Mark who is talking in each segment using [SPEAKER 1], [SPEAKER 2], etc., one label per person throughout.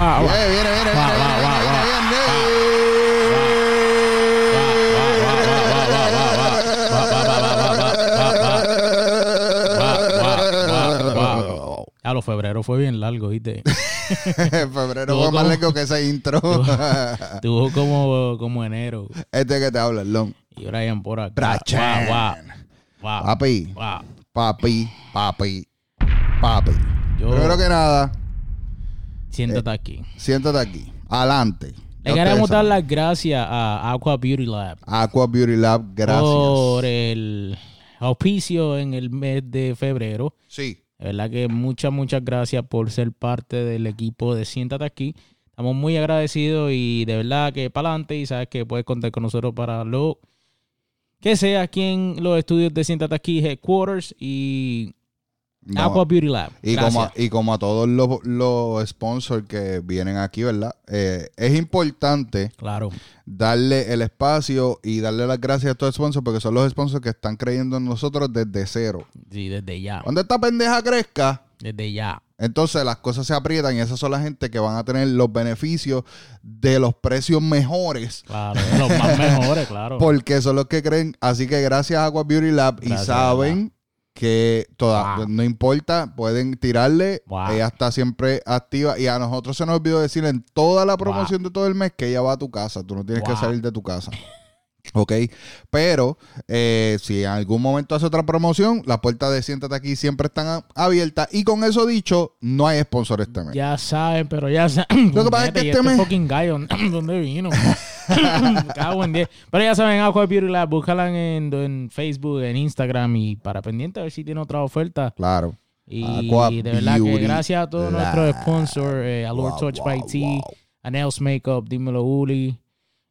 [SPEAKER 1] Ah, va.
[SPEAKER 2] Eh, Viene, viene, viene, viene,
[SPEAKER 1] Va,
[SPEAKER 2] viene,
[SPEAKER 1] va, va,
[SPEAKER 2] viene,
[SPEAKER 1] va.
[SPEAKER 2] viene,
[SPEAKER 1] Ya lo febrero fue bien largo, ¿viste?
[SPEAKER 2] viene. Febrero fue
[SPEAKER 1] Tuvo
[SPEAKER 2] más largo que ese intro.
[SPEAKER 1] Tuvo como, como enero.
[SPEAKER 2] Este que te habla, el long.
[SPEAKER 1] Y Brian por acá.
[SPEAKER 2] Brachan.
[SPEAKER 1] Guau, guau, guau,
[SPEAKER 2] Papi.
[SPEAKER 1] guau.
[SPEAKER 2] Papi, papi, papi.
[SPEAKER 1] Yo-
[SPEAKER 2] Primero que nada,
[SPEAKER 1] Siéntate
[SPEAKER 2] Eh.
[SPEAKER 1] aquí.
[SPEAKER 2] siéntate aquí. Adelante.
[SPEAKER 1] Le
[SPEAKER 2] Ya
[SPEAKER 1] queremos
[SPEAKER 2] ustedes
[SPEAKER 1] dar
[SPEAKER 2] saben.
[SPEAKER 1] las gracias a Aqua Beauty Lab
[SPEAKER 2] Aqua Beauty Lab,
[SPEAKER 1] por Oh.
[SPEAKER 2] gracias.
[SPEAKER 1] el auspicio en el mes de febrero.
[SPEAKER 2] Sí.
[SPEAKER 1] De verdad que muchas, muchas gracias por ser parte del equipo de Siéntate aquí. Estamos muy agradecidos y de verdad que para adelante y sabes que puedes contar con nosotros para lo que sea aquí en los estudios de Siéntate aquí, Headquarters y
[SPEAKER 2] No.
[SPEAKER 1] Aqua Beauty Lab.
[SPEAKER 2] Y
[SPEAKER 1] Gracias.
[SPEAKER 2] como, a, y como a todos los, los sponsors que vienen aquí, ¿verdad? Eh, es importante
[SPEAKER 1] Claro,
[SPEAKER 2] darle el espacio y darle las gracias a estos sponsors porque son los sponsors que están creyendo en nosotros desde cero.
[SPEAKER 1] sí, desde ya,
[SPEAKER 2] Cuando esta pendeja crezca,
[SPEAKER 1] desde ya.
[SPEAKER 2] entonces las cosas se aprietan y esas son la gente que van a tener los beneficios de los precios mejores
[SPEAKER 1] Claro, de los más mejores, claro.
[SPEAKER 2] porque son los que creen. Así que gracias Aqua Beauty Lab y
[SPEAKER 1] Gracias,
[SPEAKER 2] saben que toda,
[SPEAKER 1] Wow.
[SPEAKER 2] no importa, pueden tirarle.
[SPEAKER 1] Wow.
[SPEAKER 2] Ella está siempre activa y a nosotros se nos olvidó decir en toda la promoción de todo el mes que ella va a tu casa. Tú no tienes que
[SPEAKER 1] Wow.
[SPEAKER 2] salir de tu casa. Ok, pero eh, si en algún momento hace otra promoción, las puertas de Siéntate aquí siempre están a- abiertas. Y con eso dicho, no hay sponsor este mes.
[SPEAKER 1] Ya saben, pero ya saben.
[SPEAKER 2] Lo que pasa es que
[SPEAKER 1] Y
[SPEAKER 2] este mes-
[SPEAKER 1] fucking gallo, ¿dónde vino? Cago en 10. Pero ya saben, Aqua Beauty Lab, búscala en, en Facebook, en Instagram y para pendiente a ver si tiene otra oferta.
[SPEAKER 2] Claro.
[SPEAKER 1] Y
[SPEAKER 2] Aqua
[SPEAKER 1] de verdad que
[SPEAKER 2] Beauty
[SPEAKER 1] gracias a todos
[SPEAKER 2] Lab.
[SPEAKER 1] nuestros sponsors, eh, a Lord
[SPEAKER 2] Wow,
[SPEAKER 1] Touch
[SPEAKER 2] wow,
[SPEAKER 1] by T,
[SPEAKER 2] wow.
[SPEAKER 1] a Nails Makeup, Dímelo Uli,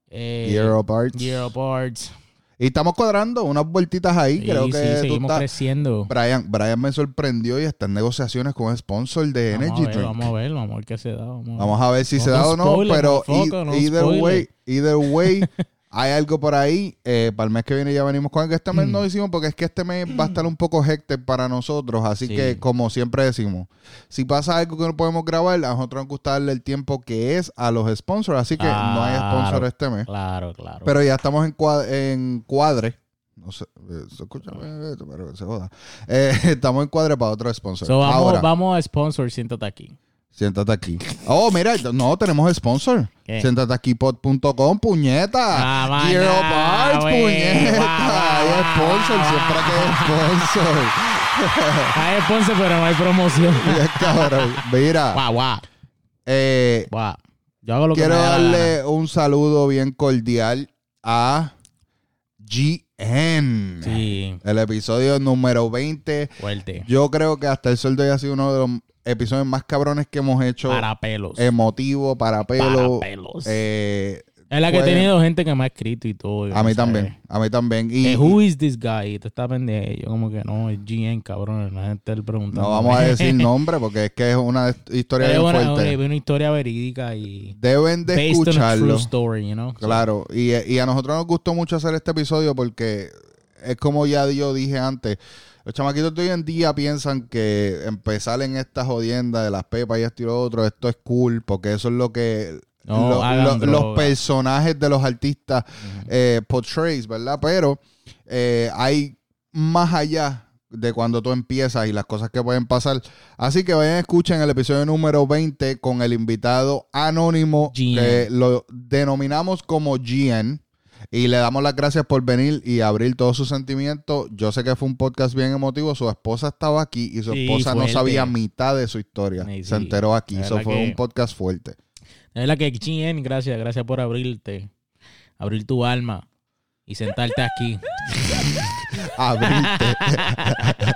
[SPEAKER 1] eh,
[SPEAKER 2] Europe Arts.
[SPEAKER 1] Europe Arts.
[SPEAKER 2] Y estamos cuadrando unas vueltitas ahí.
[SPEAKER 1] Y
[SPEAKER 2] Creo
[SPEAKER 1] sí,
[SPEAKER 2] que tú
[SPEAKER 1] seguimos
[SPEAKER 2] estás,
[SPEAKER 1] creciendo.
[SPEAKER 2] Brian, Brian me sorprendió y está en negociaciones con sponsor de
[SPEAKER 1] Vamos
[SPEAKER 2] Energy
[SPEAKER 1] a ver,
[SPEAKER 2] Drink.
[SPEAKER 1] vamos a ver, vamos a ver qué se da. Vamos a ver.
[SPEAKER 2] Vamos a ver si
[SPEAKER 1] No
[SPEAKER 2] se
[SPEAKER 1] te
[SPEAKER 2] da o no,
[SPEAKER 1] spoiler,
[SPEAKER 2] pero
[SPEAKER 1] no,
[SPEAKER 2] e-
[SPEAKER 1] foco, no
[SPEAKER 2] either
[SPEAKER 1] spoiler.
[SPEAKER 2] way, either way, hay algo por ahí. eh, para el mes que viene ya venimos con algo. Este
[SPEAKER 1] Mm.
[SPEAKER 2] mes no hicimos porque es que este mes va a estar un poco hectic para nosotros. Así
[SPEAKER 1] Sí.
[SPEAKER 2] que, como siempre decimos, si pasa algo que no podemos grabar, a nosotros nos gusta darle el tiempo que es a los sponsors. Así que no hay sponsor
[SPEAKER 1] Claro.
[SPEAKER 2] este mes.
[SPEAKER 1] Claro, claro.
[SPEAKER 2] Pero ya estamos en, cua- en cuadre. No sé, eh, se escucha, eh, pero se joda. Eh, estamos en cuadre para otro sponsor.
[SPEAKER 1] So, vamos,
[SPEAKER 2] Ahora,
[SPEAKER 1] vamos a sponsor, siéntate aquí.
[SPEAKER 2] siéntate aquí. Oh, mira, no, tenemos sponsor.
[SPEAKER 1] ¿Qué?
[SPEAKER 2] Siéntate aquí pod.com, puñeta.
[SPEAKER 1] Ah, maná,
[SPEAKER 2] Hero Parts,
[SPEAKER 1] wey.
[SPEAKER 2] puñeta.
[SPEAKER 1] Guau, guau,
[SPEAKER 2] Hay sponsor,
[SPEAKER 1] guau,
[SPEAKER 2] siempre que hay sponsor.
[SPEAKER 1] Hay sponsor, pero no hay promoción.
[SPEAKER 2] Bien, cabrón. Mira,
[SPEAKER 1] Guau, guau,
[SPEAKER 2] eh,
[SPEAKER 1] guau. Yo hago lo
[SPEAKER 2] quiero
[SPEAKER 1] que me dé la gana.
[SPEAKER 2] darle un saludo bien cordial a GN.
[SPEAKER 1] Sí,
[SPEAKER 2] El episodio número 20.
[SPEAKER 1] fuerte.
[SPEAKER 2] Yo creo que hasta el sol de hoy ha sido uno de los episodios más cabrones que hemos hecho.
[SPEAKER 1] Para pelos.
[SPEAKER 2] emotivo, para pelo.
[SPEAKER 1] Para pelos.
[SPEAKER 2] eh,
[SPEAKER 1] es la que
[SPEAKER 2] fue-
[SPEAKER 1] he tenido gente que me ha escrito y todo. yo
[SPEAKER 2] A
[SPEAKER 1] no
[SPEAKER 2] mí
[SPEAKER 1] sé.
[SPEAKER 2] también. A mí también. Y,
[SPEAKER 1] Que, who is this guy? Y tú estás pendejo. Yo como que no, es GN, cabrón. La gente le preguntando.
[SPEAKER 2] no vamos a decir nombre porque es que es una est- historia
[SPEAKER 1] Es
[SPEAKER 2] bien
[SPEAKER 1] una,
[SPEAKER 2] fuerte.
[SPEAKER 1] una historia verídica y...
[SPEAKER 2] Deben de
[SPEAKER 1] based on a
[SPEAKER 2] escucharlo.
[SPEAKER 1] true story, you know?
[SPEAKER 2] Claro. Y, y a nosotros nos gustó mucho hacer este episodio porque es como ya yo dije antes. Los chamaquitos de hoy en día piensan que empezar en esta jodienda de las pepas y esto y lo otro, esto es cool, porque eso es lo que
[SPEAKER 1] No,
[SPEAKER 2] lo-
[SPEAKER 1] hagan
[SPEAKER 2] lo- los
[SPEAKER 1] droga.
[SPEAKER 2] personajes de los artistas eh, portrays, ¿verdad? Pero eh, hay más allá de cuando tú empiezas y las cosas que pueden pasar. Así que vayan, escuchen el episodio número 20 con el invitado anónimo
[SPEAKER 1] Gian.
[SPEAKER 2] que lo denominamos como Gian. Y le damos las gracias por venir y abrir todos sus sentimientos. Yo sé que fue un podcast bien emotivo. Su esposa estaba aquí y su
[SPEAKER 1] Sí,
[SPEAKER 2] esposa
[SPEAKER 1] fuerte.
[SPEAKER 2] no sabía mitad de su historia.
[SPEAKER 1] Sí, sí.
[SPEAKER 2] Se enteró aquí.
[SPEAKER 1] La
[SPEAKER 2] Eso
[SPEAKER 1] verdad
[SPEAKER 2] fue
[SPEAKER 1] que-
[SPEAKER 2] un podcast fuerte.
[SPEAKER 1] Es verdad que GN, gracias, gracias por abrirte, abrir tu alma y sentarte aquí.
[SPEAKER 2] Abriste.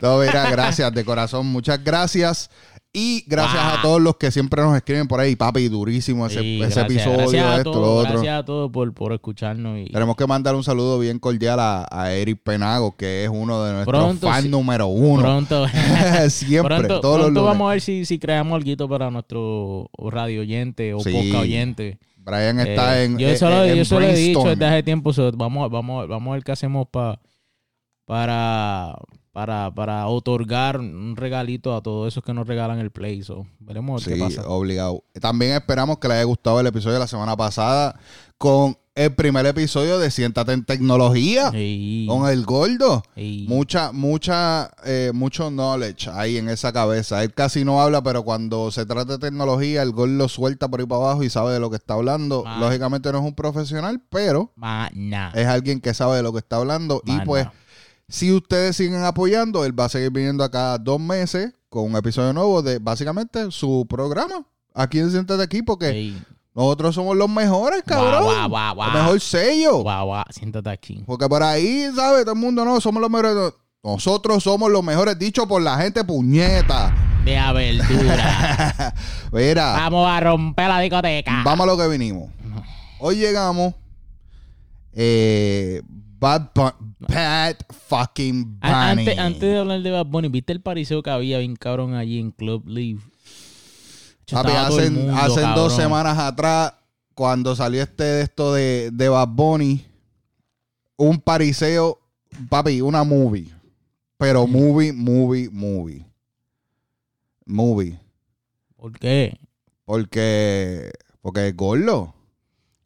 [SPEAKER 2] no, mira, gracias de corazón. Muchas gracias. Y gracias
[SPEAKER 1] Wow.
[SPEAKER 2] a todos los que siempre nos escriben por ahí. Papi, durísimo ese,
[SPEAKER 1] Sí,
[SPEAKER 2] ese
[SPEAKER 1] gracias,
[SPEAKER 2] episodio,
[SPEAKER 1] gracias a
[SPEAKER 2] esto,
[SPEAKER 1] todos,
[SPEAKER 2] lo otro.
[SPEAKER 1] Gracias a todos por, por escucharnos. Y
[SPEAKER 2] Tenemos que mandar un saludo bien cordial a, a Eric Penago, que es uno de nuestros
[SPEAKER 1] Pronto,
[SPEAKER 2] fans
[SPEAKER 1] sí.
[SPEAKER 2] número uno.
[SPEAKER 1] pronto,
[SPEAKER 2] siempre,
[SPEAKER 1] pronto,
[SPEAKER 2] todos los
[SPEAKER 1] pronto
[SPEAKER 2] lunes.
[SPEAKER 1] vamos a ver si, si creamos algo para nuestro radio oyente o
[SPEAKER 2] Sí.
[SPEAKER 1] podcast oyente.
[SPEAKER 2] Brian está
[SPEAKER 1] Eh,
[SPEAKER 2] en.
[SPEAKER 1] yo
[SPEAKER 2] eh,
[SPEAKER 1] solo,
[SPEAKER 2] en
[SPEAKER 1] yo solo he dicho este
[SPEAKER 2] brainstorming.
[SPEAKER 1] desde hace tiempo, so, vamos, a- vamos, a- vamos a ver qué hacemos para para, para, para otorgar un regalito a todos esos que nos regalan el Play. So, veremos a ver
[SPEAKER 2] Sí,
[SPEAKER 1] qué pasa.
[SPEAKER 2] obligado. También esperamos que les haya gustado el episodio de la semana pasada con el primer episodio de Siéntate en Tecnología
[SPEAKER 1] Ey,
[SPEAKER 2] con el Gordo.
[SPEAKER 1] ey.
[SPEAKER 2] Mucha, mucha, eh, mucho knowledge ahí en esa cabeza. Él casi no habla, pero cuando se trata de tecnología, el gol lo suelta por ahí para abajo y sabe de lo que está hablando.
[SPEAKER 1] Ah.
[SPEAKER 2] Lógicamente no es un profesional, pero
[SPEAKER 1] Maná.
[SPEAKER 2] es alguien que sabe de lo que está hablando.
[SPEAKER 1] Maná.
[SPEAKER 2] Y pues, si ustedes siguen apoyando, él va a seguir viniendo acá dos meses con un episodio nuevo de básicamente su programa. Aquí en Siéntate aquí, porque
[SPEAKER 1] Ey.
[SPEAKER 2] nosotros somos los mejores, cabrón.
[SPEAKER 1] Guau, guau, guau,
[SPEAKER 2] El mejor sello.
[SPEAKER 1] Guau, guau. Siéntate aquí.
[SPEAKER 2] Porque por ahí, ¿sabes? Todo el mundo no, somos los mejores. Nosotros somos los mejores, dicho por la gente puñeta.
[SPEAKER 1] De abertura.
[SPEAKER 2] Mira,
[SPEAKER 1] Vamos a romper la discoteca.
[SPEAKER 2] vamos a lo que vinimos. Hoy llegamos. eh, bad, Bu- bad fucking bunny.
[SPEAKER 1] A- Antes, antes de hablar de Bad Bunny, ¿viste el pariseo que había bien cabrón allí en Club Live? Yo
[SPEAKER 2] Papi,
[SPEAKER 1] estaba todo el
[SPEAKER 2] hacen
[SPEAKER 1] mundo,
[SPEAKER 2] hacen dos
[SPEAKER 1] cabrón.
[SPEAKER 2] semanas atrás, cuando salió este de esto de, de Bad Bunny, un pariseo, papi, una movie. Pero movie, movie, movie. Movie.
[SPEAKER 1] ¿Por qué?
[SPEAKER 2] Porque. Porque es gordo.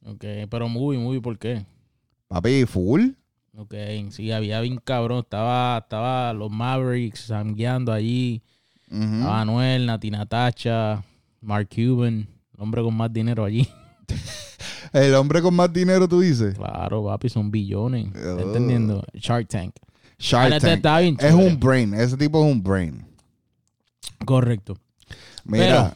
[SPEAKER 1] Ok, pero muy, muy, ¿por qué?
[SPEAKER 2] Papi, full.
[SPEAKER 1] Ok, sí, había bien cabrón. Estaba, estaba los Mavericks sangueando allí.
[SPEAKER 2] Ujú.
[SPEAKER 1] Estaba Anuel, Natina Tacha, Mark Cuban, el hombre con más dinero allí.
[SPEAKER 2] El hombre con más dinero, tú dices.
[SPEAKER 1] Claro, papi, son billones. ¿Estás
[SPEAKER 2] Oh.
[SPEAKER 1] entendiendo? Shark Tank.
[SPEAKER 2] Shark
[SPEAKER 1] Ahora este
[SPEAKER 2] Tank.
[SPEAKER 1] está bien
[SPEAKER 2] Es
[SPEAKER 1] chévere.
[SPEAKER 2] un brain. Ese tipo es un brain.
[SPEAKER 1] Correcto.
[SPEAKER 2] Mira.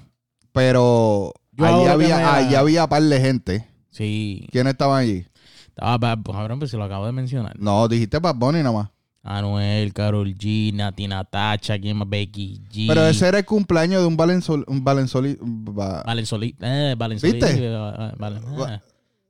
[SPEAKER 2] Pero.
[SPEAKER 1] Yo
[SPEAKER 2] allí
[SPEAKER 1] ahora que
[SPEAKER 2] había,
[SPEAKER 1] me la-
[SPEAKER 2] allí había par de gente.
[SPEAKER 1] Sí.
[SPEAKER 2] ¿Quiénes estaban allí?
[SPEAKER 1] Estaba Bad Bunny, cabrón, pues se lo acabo de mencionar.
[SPEAKER 2] No, dijiste Bad Bunny nada más.
[SPEAKER 1] Anuel, Carol G, Natina Tacha, ¿quién más? Becky G.
[SPEAKER 2] Pero ese era el cumpleaños de un Valenzol... Un Valenzoli... va-
[SPEAKER 1] Valensolista. Eh, Valensolista.
[SPEAKER 2] ¿Viste?
[SPEAKER 1] eh, va- va-
[SPEAKER 2] Va-
[SPEAKER 1] eh,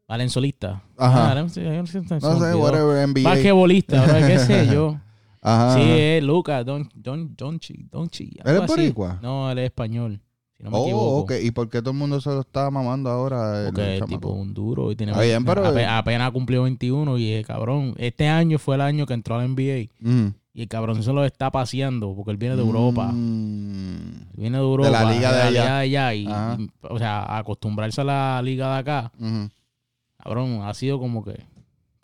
[SPEAKER 1] Valensolista.
[SPEAKER 2] Ajá.
[SPEAKER 1] Ah, no sé, no sé, se
[SPEAKER 2] No
[SPEAKER 1] me
[SPEAKER 2] sé,
[SPEAKER 1] olvidó.
[SPEAKER 2] whatever, NBA.
[SPEAKER 1] Basquetbolista, bro, qué sé yo.
[SPEAKER 2] Ajá.
[SPEAKER 1] Sí, es Lucas, Don, Don, Donchi, Donchi.
[SPEAKER 2] ¿Él es
[SPEAKER 1] algo así.
[SPEAKER 2] boricua?
[SPEAKER 1] No, él es español. Si no me equivoco.
[SPEAKER 2] oh, ok. ¿Y por qué todo el mundo se lo está mamando ahora? el
[SPEAKER 1] Porque es
[SPEAKER 2] chamaco?
[SPEAKER 1] tipo un duro y tiene
[SPEAKER 2] Está bien, pero-
[SPEAKER 1] ape- apenas cumplió 21 y eh, cabrón, este año fue el año que entró al NBA
[SPEAKER 2] Mm.
[SPEAKER 1] y el cabrón se lo está paseando porque él viene de Europa.
[SPEAKER 2] Mm.
[SPEAKER 1] Él Viene de Europa.
[SPEAKER 2] la liga de allá.
[SPEAKER 1] y-
[SPEAKER 2] Ajá.
[SPEAKER 1] y, o sea, acostumbrarse a la liga de acá.
[SPEAKER 2] Ujú.
[SPEAKER 1] Cabrón, ha sido como que.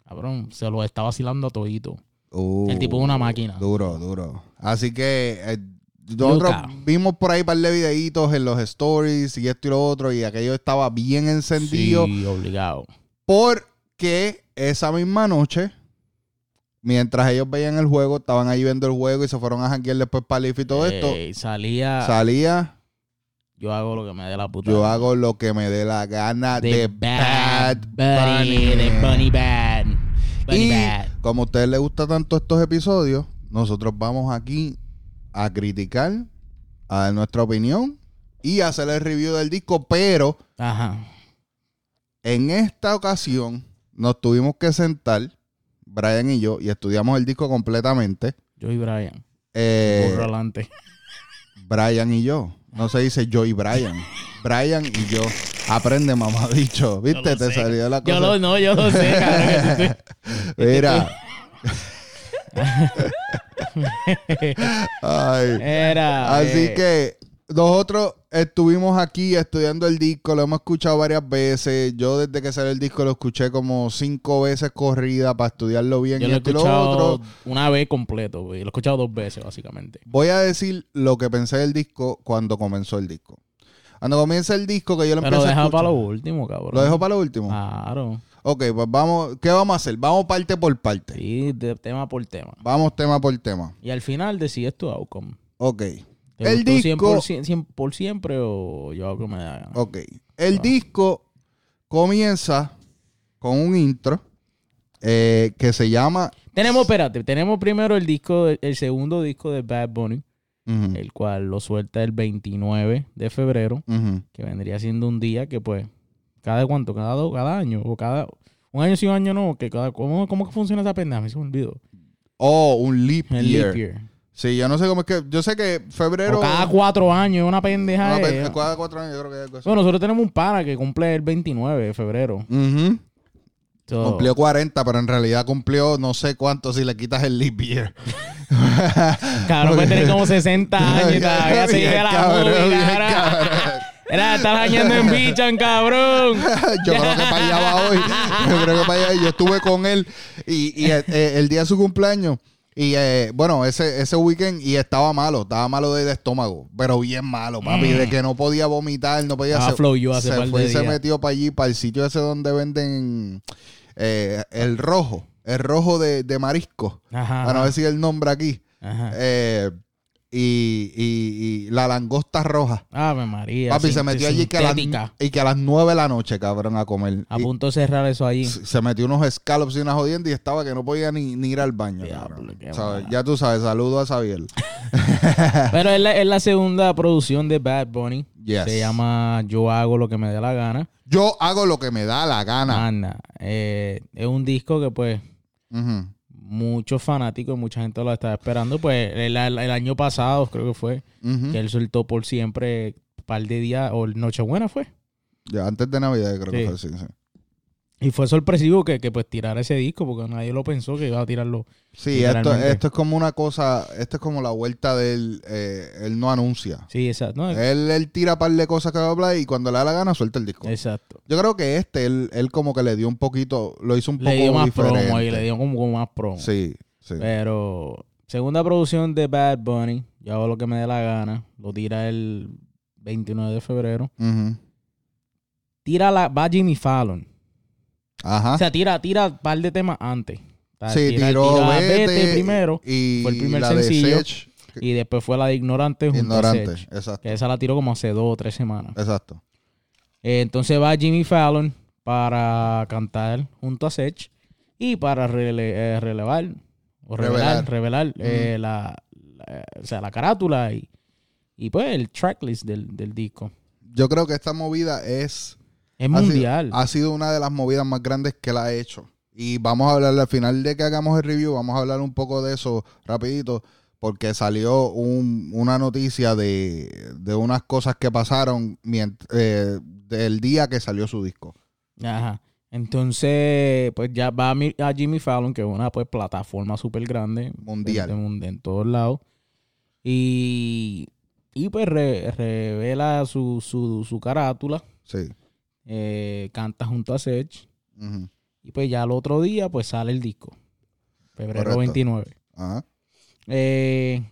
[SPEAKER 1] Cabrón, se lo está vacilando a todito.
[SPEAKER 2] Uh,
[SPEAKER 1] El tipo es una máquina.
[SPEAKER 2] Duro, duro. Así que eh, nosotros
[SPEAKER 1] Luca.
[SPEAKER 2] vimos por ahí un par de videitos en los stories y esto y lo otro, y aquello estaba bien encendido.
[SPEAKER 1] Sí, obligado.
[SPEAKER 2] Porque esa misma noche, mientras ellos veían el juego, estaban ahí viendo el juego y se fueron a janguear después para y todo esto.
[SPEAKER 1] Ey, Eh, salía.
[SPEAKER 2] Salía,
[SPEAKER 1] yo hago lo que me dé la puta.
[SPEAKER 2] yo hago lo que me dé la gana de, Bad
[SPEAKER 1] Bunny.
[SPEAKER 2] Bunny.
[SPEAKER 1] De Bunny Bad. Bunny
[SPEAKER 2] y
[SPEAKER 1] Bad.
[SPEAKER 2] como a ustedes les gusta tanto estos episodios, nosotros vamos aquí a criticar, a dar nuestra opinión y a hacer el review del disco. Pero
[SPEAKER 1] Ajá.
[SPEAKER 2] en esta ocasión nos tuvimos que sentar, Brian y yo, y estudiamos el disco completamente.
[SPEAKER 1] Yo y Brian.
[SPEAKER 2] Eh,
[SPEAKER 1] Burro adelante.
[SPEAKER 2] Brian y yo. No se dice yo y Brian. Brian y yo. Aprende, mamá, dicho. ¿Viste?
[SPEAKER 1] Yo lo
[SPEAKER 2] Te
[SPEAKER 1] sé.
[SPEAKER 2] salió la
[SPEAKER 1] Yo
[SPEAKER 2] cosa.
[SPEAKER 1] lo, no, yo lo sé, cabrón. que tú te-
[SPEAKER 2] Mira. Ay.
[SPEAKER 1] Era.
[SPEAKER 2] Así
[SPEAKER 1] eh,
[SPEAKER 2] que nosotros estuvimos aquí estudiando el disco, lo hemos escuchado varias veces. Yo desde que salió el disco lo escuché como cinco veces corrida para estudiarlo bien.
[SPEAKER 1] Yo
[SPEAKER 2] y
[SPEAKER 1] lo he
[SPEAKER 2] esto y lo
[SPEAKER 1] escuchado
[SPEAKER 2] otro.
[SPEAKER 1] una vez completo, güey. Lo he escuchado dos veces, básicamente.
[SPEAKER 2] Voy a decir lo que pensé del disco cuando comenzó el disco. Cuando comienza el disco que yo lo
[SPEAKER 1] Pero
[SPEAKER 2] empecé a
[SPEAKER 1] deja
[SPEAKER 2] escuchar.
[SPEAKER 1] para lo último, Ah. cabrón.
[SPEAKER 2] ¿Lo dejo para lo último?
[SPEAKER 1] Claro.
[SPEAKER 2] Ok, pues vamos, ¿qué vamos a hacer? Vamos parte por parte.
[SPEAKER 1] Sí, de tema por tema.
[SPEAKER 2] Vamos tema por tema.
[SPEAKER 1] Y al final decides tu outcome.
[SPEAKER 2] Ok.
[SPEAKER 1] ¿Te
[SPEAKER 2] El
[SPEAKER 1] gustó
[SPEAKER 2] disco-
[SPEAKER 1] 100 por, cien- 100 por siempre o yo hago que me da gana?
[SPEAKER 2] Ok. El disco comienza con un intro eh, que se llama.
[SPEAKER 1] Tenemos, espérate, tenemos primero el disco, de- el segundo disco de Bad Bunny,
[SPEAKER 2] Ujú,
[SPEAKER 1] el cual lo suelta el 29 de febrero,
[SPEAKER 2] ujú.
[SPEAKER 1] que vendría siendo un día que pues, cada cuánto, cada dos, cada año, o cada, un año sí, un año no, que cada, ¿cómo, cómo que funciona esa pendeja? Me se me olvidó.
[SPEAKER 2] Oh, un leap
[SPEAKER 1] El
[SPEAKER 2] year.
[SPEAKER 1] leap year.
[SPEAKER 2] Sí, yo no sé cómo es que. Yo sé que febrero.
[SPEAKER 1] o cada cuatro ¿eh? años, una pendeja.
[SPEAKER 2] una
[SPEAKER 1] es.
[SPEAKER 2] vez- cada cuatro años, yo creo que es algo así.
[SPEAKER 1] Oh. Bueno, nosotros tenemos un pana que cumple el 29 de febrero.
[SPEAKER 2] Ujú.
[SPEAKER 1] So,
[SPEAKER 2] Cumplió 40, pero en realidad cumplió no sé cuánto si le quitas el leap year.
[SPEAKER 1] Cabrón, puede tener como 60 años y
[SPEAKER 2] Bien,
[SPEAKER 1] todavía se llega la
[SPEAKER 2] cabrón,
[SPEAKER 1] movie,
[SPEAKER 2] bien,
[SPEAKER 1] cabrón.
[SPEAKER 2] cabrón.
[SPEAKER 1] Era, estás dañando en bichan, cabrón.
[SPEAKER 2] yo creo que para allá va hoy. Yo creo que para allá. Yo estuve con él y, y, eh, eh, el día de su cumpleaños. Y eh, bueno, ese, ese weekend y estaba malo, estaba malo de, de estómago, pero bien malo, papi, de que no podía vomitar, no podía
[SPEAKER 1] Mm. Estaba flow yo hace
[SPEAKER 2] se
[SPEAKER 1] par de
[SPEAKER 2] fue y se
[SPEAKER 1] días.
[SPEAKER 2] metió para allí, para el sitio ese donde venden eh, el rojo, el rojo de, de marisco,
[SPEAKER 1] Ajá.
[SPEAKER 2] para no decir el nombre aquí,
[SPEAKER 1] Ah. Ajá.
[SPEAKER 2] Eh, y, y- y la langosta roja.
[SPEAKER 1] Ave María.
[SPEAKER 2] Papi, se
[SPEAKER 1] sin-
[SPEAKER 2] metió allí que a, las,
[SPEAKER 1] sintética.
[SPEAKER 2] y que a las 9 de la noche, cabrón, a comer.
[SPEAKER 1] A
[SPEAKER 2] Y
[SPEAKER 1] punto de cerrar eso allí.
[SPEAKER 2] s- se metió unos escallops y unas jodiendas y estaba que no podía ni, ni ir al baño.
[SPEAKER 1] Diablo,
[SPEAKER 2] cabrón.
[SPEAKER 1] qué
[SPEAKER 2] ¿Sabes?
[SPEAKER 1] mala.
[SPEAKER 2] Ya tú sabes, saludo a Xavier.
[SPEAKER 1] Pero es la, es la segunda producción de Bad Bunny.
[SPEAKER 2] Yes.
[SPEAKER 1] Se llama Yo hago lo que me dé la gana.
[SPEAKER 2] Yo hago lo que me da la gana.
[SPEAKER 1] Anda. eh, es un disco que pues
[SPEAKER 2] Ujú.
[SPEAKER 1] muchos fanáticos y mucha gente lo estaba esperando. Pues el, el- el año pasado creo que fue
[SPEAKER 2] Ujú.
[SPEAKER 1] que él soltó por siempre un par de días o Nochebuena fue.
[SPEAKER 2] Ya, antes de Navidad creo que
[SPEAKER 1] Sí.
[SPEAKER 2] fue sí, sí.
[SPEAKER 1] Y fue sorpresivo que, que pues tirara ese disco porque nadie lo pensó que iba a tirarlo.
[SPEAKER 2] Sí, esto,
[SPEAKER 1] Literalmente.
[SPEAKER 2] esto es como una cosa, esto es como la vuelta del, eh, él no anuncia.
[SPEAKER 1] Sí, exacto. No,
[SPEAKER 2] Él, él tira par de cosas que va a hablar y cuando le da la gana suelta el disco.
[SPEAKER 1] Exacto.
[SPEAKER 2] Yo creo que este, él, él como que le dio un poquito, lo hizo un
[SPEAKER 1] Le
[SPEAKER 2] poco
[SPEAKER 1] dio más
[SPEAKER 2] diferente.
[SPEAKER 1] promo y le dio como, como más promo.
[SPEAKER 2] Sí, sí.
[SPEAKER 1] Eh, Pero segunda producción de Bad Bunny, yo hago lo que me dé la gana, lo tira el 29 de febrero.
[SPEAKER 2] Ujú.
[SPEAKER 1] Tira la, va Jimmy Fallon.
[SPEAKER 2] Ajá.
[SPEAKER 1] O sea, tira, tira un par de temas antes. O sea,
[SPEAKER 2] Ah. sí,
[SPEAKER 1] tira-
[SPEAKER 2] tiró
[SPEAKER 1] tira
[SPEAKER 2] Vete,
[SPEAKER 1] primero
[SPEAKER 2] y
[SPEAKER 1] fue el primer
[SPEAKER 2] la de
[SPEAKER 1] sencillo.
[SPEAKER 2] Sech,
[SPEAKER 1] y después fue la de Ignorante junto a
[SPEAKER 2] Ignorante.
[SPEAKER 1] Sech,
[SPEAKER 2] Exacto.
[SPEAKER 1] que esa la tiró como hace dos o tres semanas.
[SPEAKER 2] Exacto.
[SPEAKER 1] Eh, entonces va Jimmy Fallon para cantar junto a Sech y para rele- eh, relevar o revelar, revelar, eh, la, la- o sea, la carátula y, y pues el tracklist del, del disco.
[SPEAKER 2] Yo creo que esta movida es.
[SPEAKER 1] Es Ah.
[SPEAKER 2] ha sido-
[SPEAKER 1] mundial.
[SPEAKER 2] Ha sido, una de las movidas más grandes que la ha hecho. Y vamos a hablar al final de que hagamos el review, vamos a hablar un poco de eso rapidito, porque salió un- una noticia de, de unas cosas que pasaron mient- eh, del día que salió su disco.
[SPEAKER 1] Ajá. Entonces, pues ya va a, mi- a Jimmy Fallon, que es una pues, plataforma súper grande.
[SPEAKER 2] Mundial.
[SPEAKER 1] En, en- en todos lados. Y, y pues re- revela su, su, su carátula.
[SPEAKER 2] Sí.
[SPEAKER 1] eh, canta junto a Sech.
[SPEAKER 2] Ujú.
[SPEAKER 1] Y pues ya al otro día, pues sale el disco. Febrero
[SPEAKER 2] Correcto.
[SPEAKER 1] 29.
[SPEAKER 2] Ajá.
[SPEAKER 1] Eh,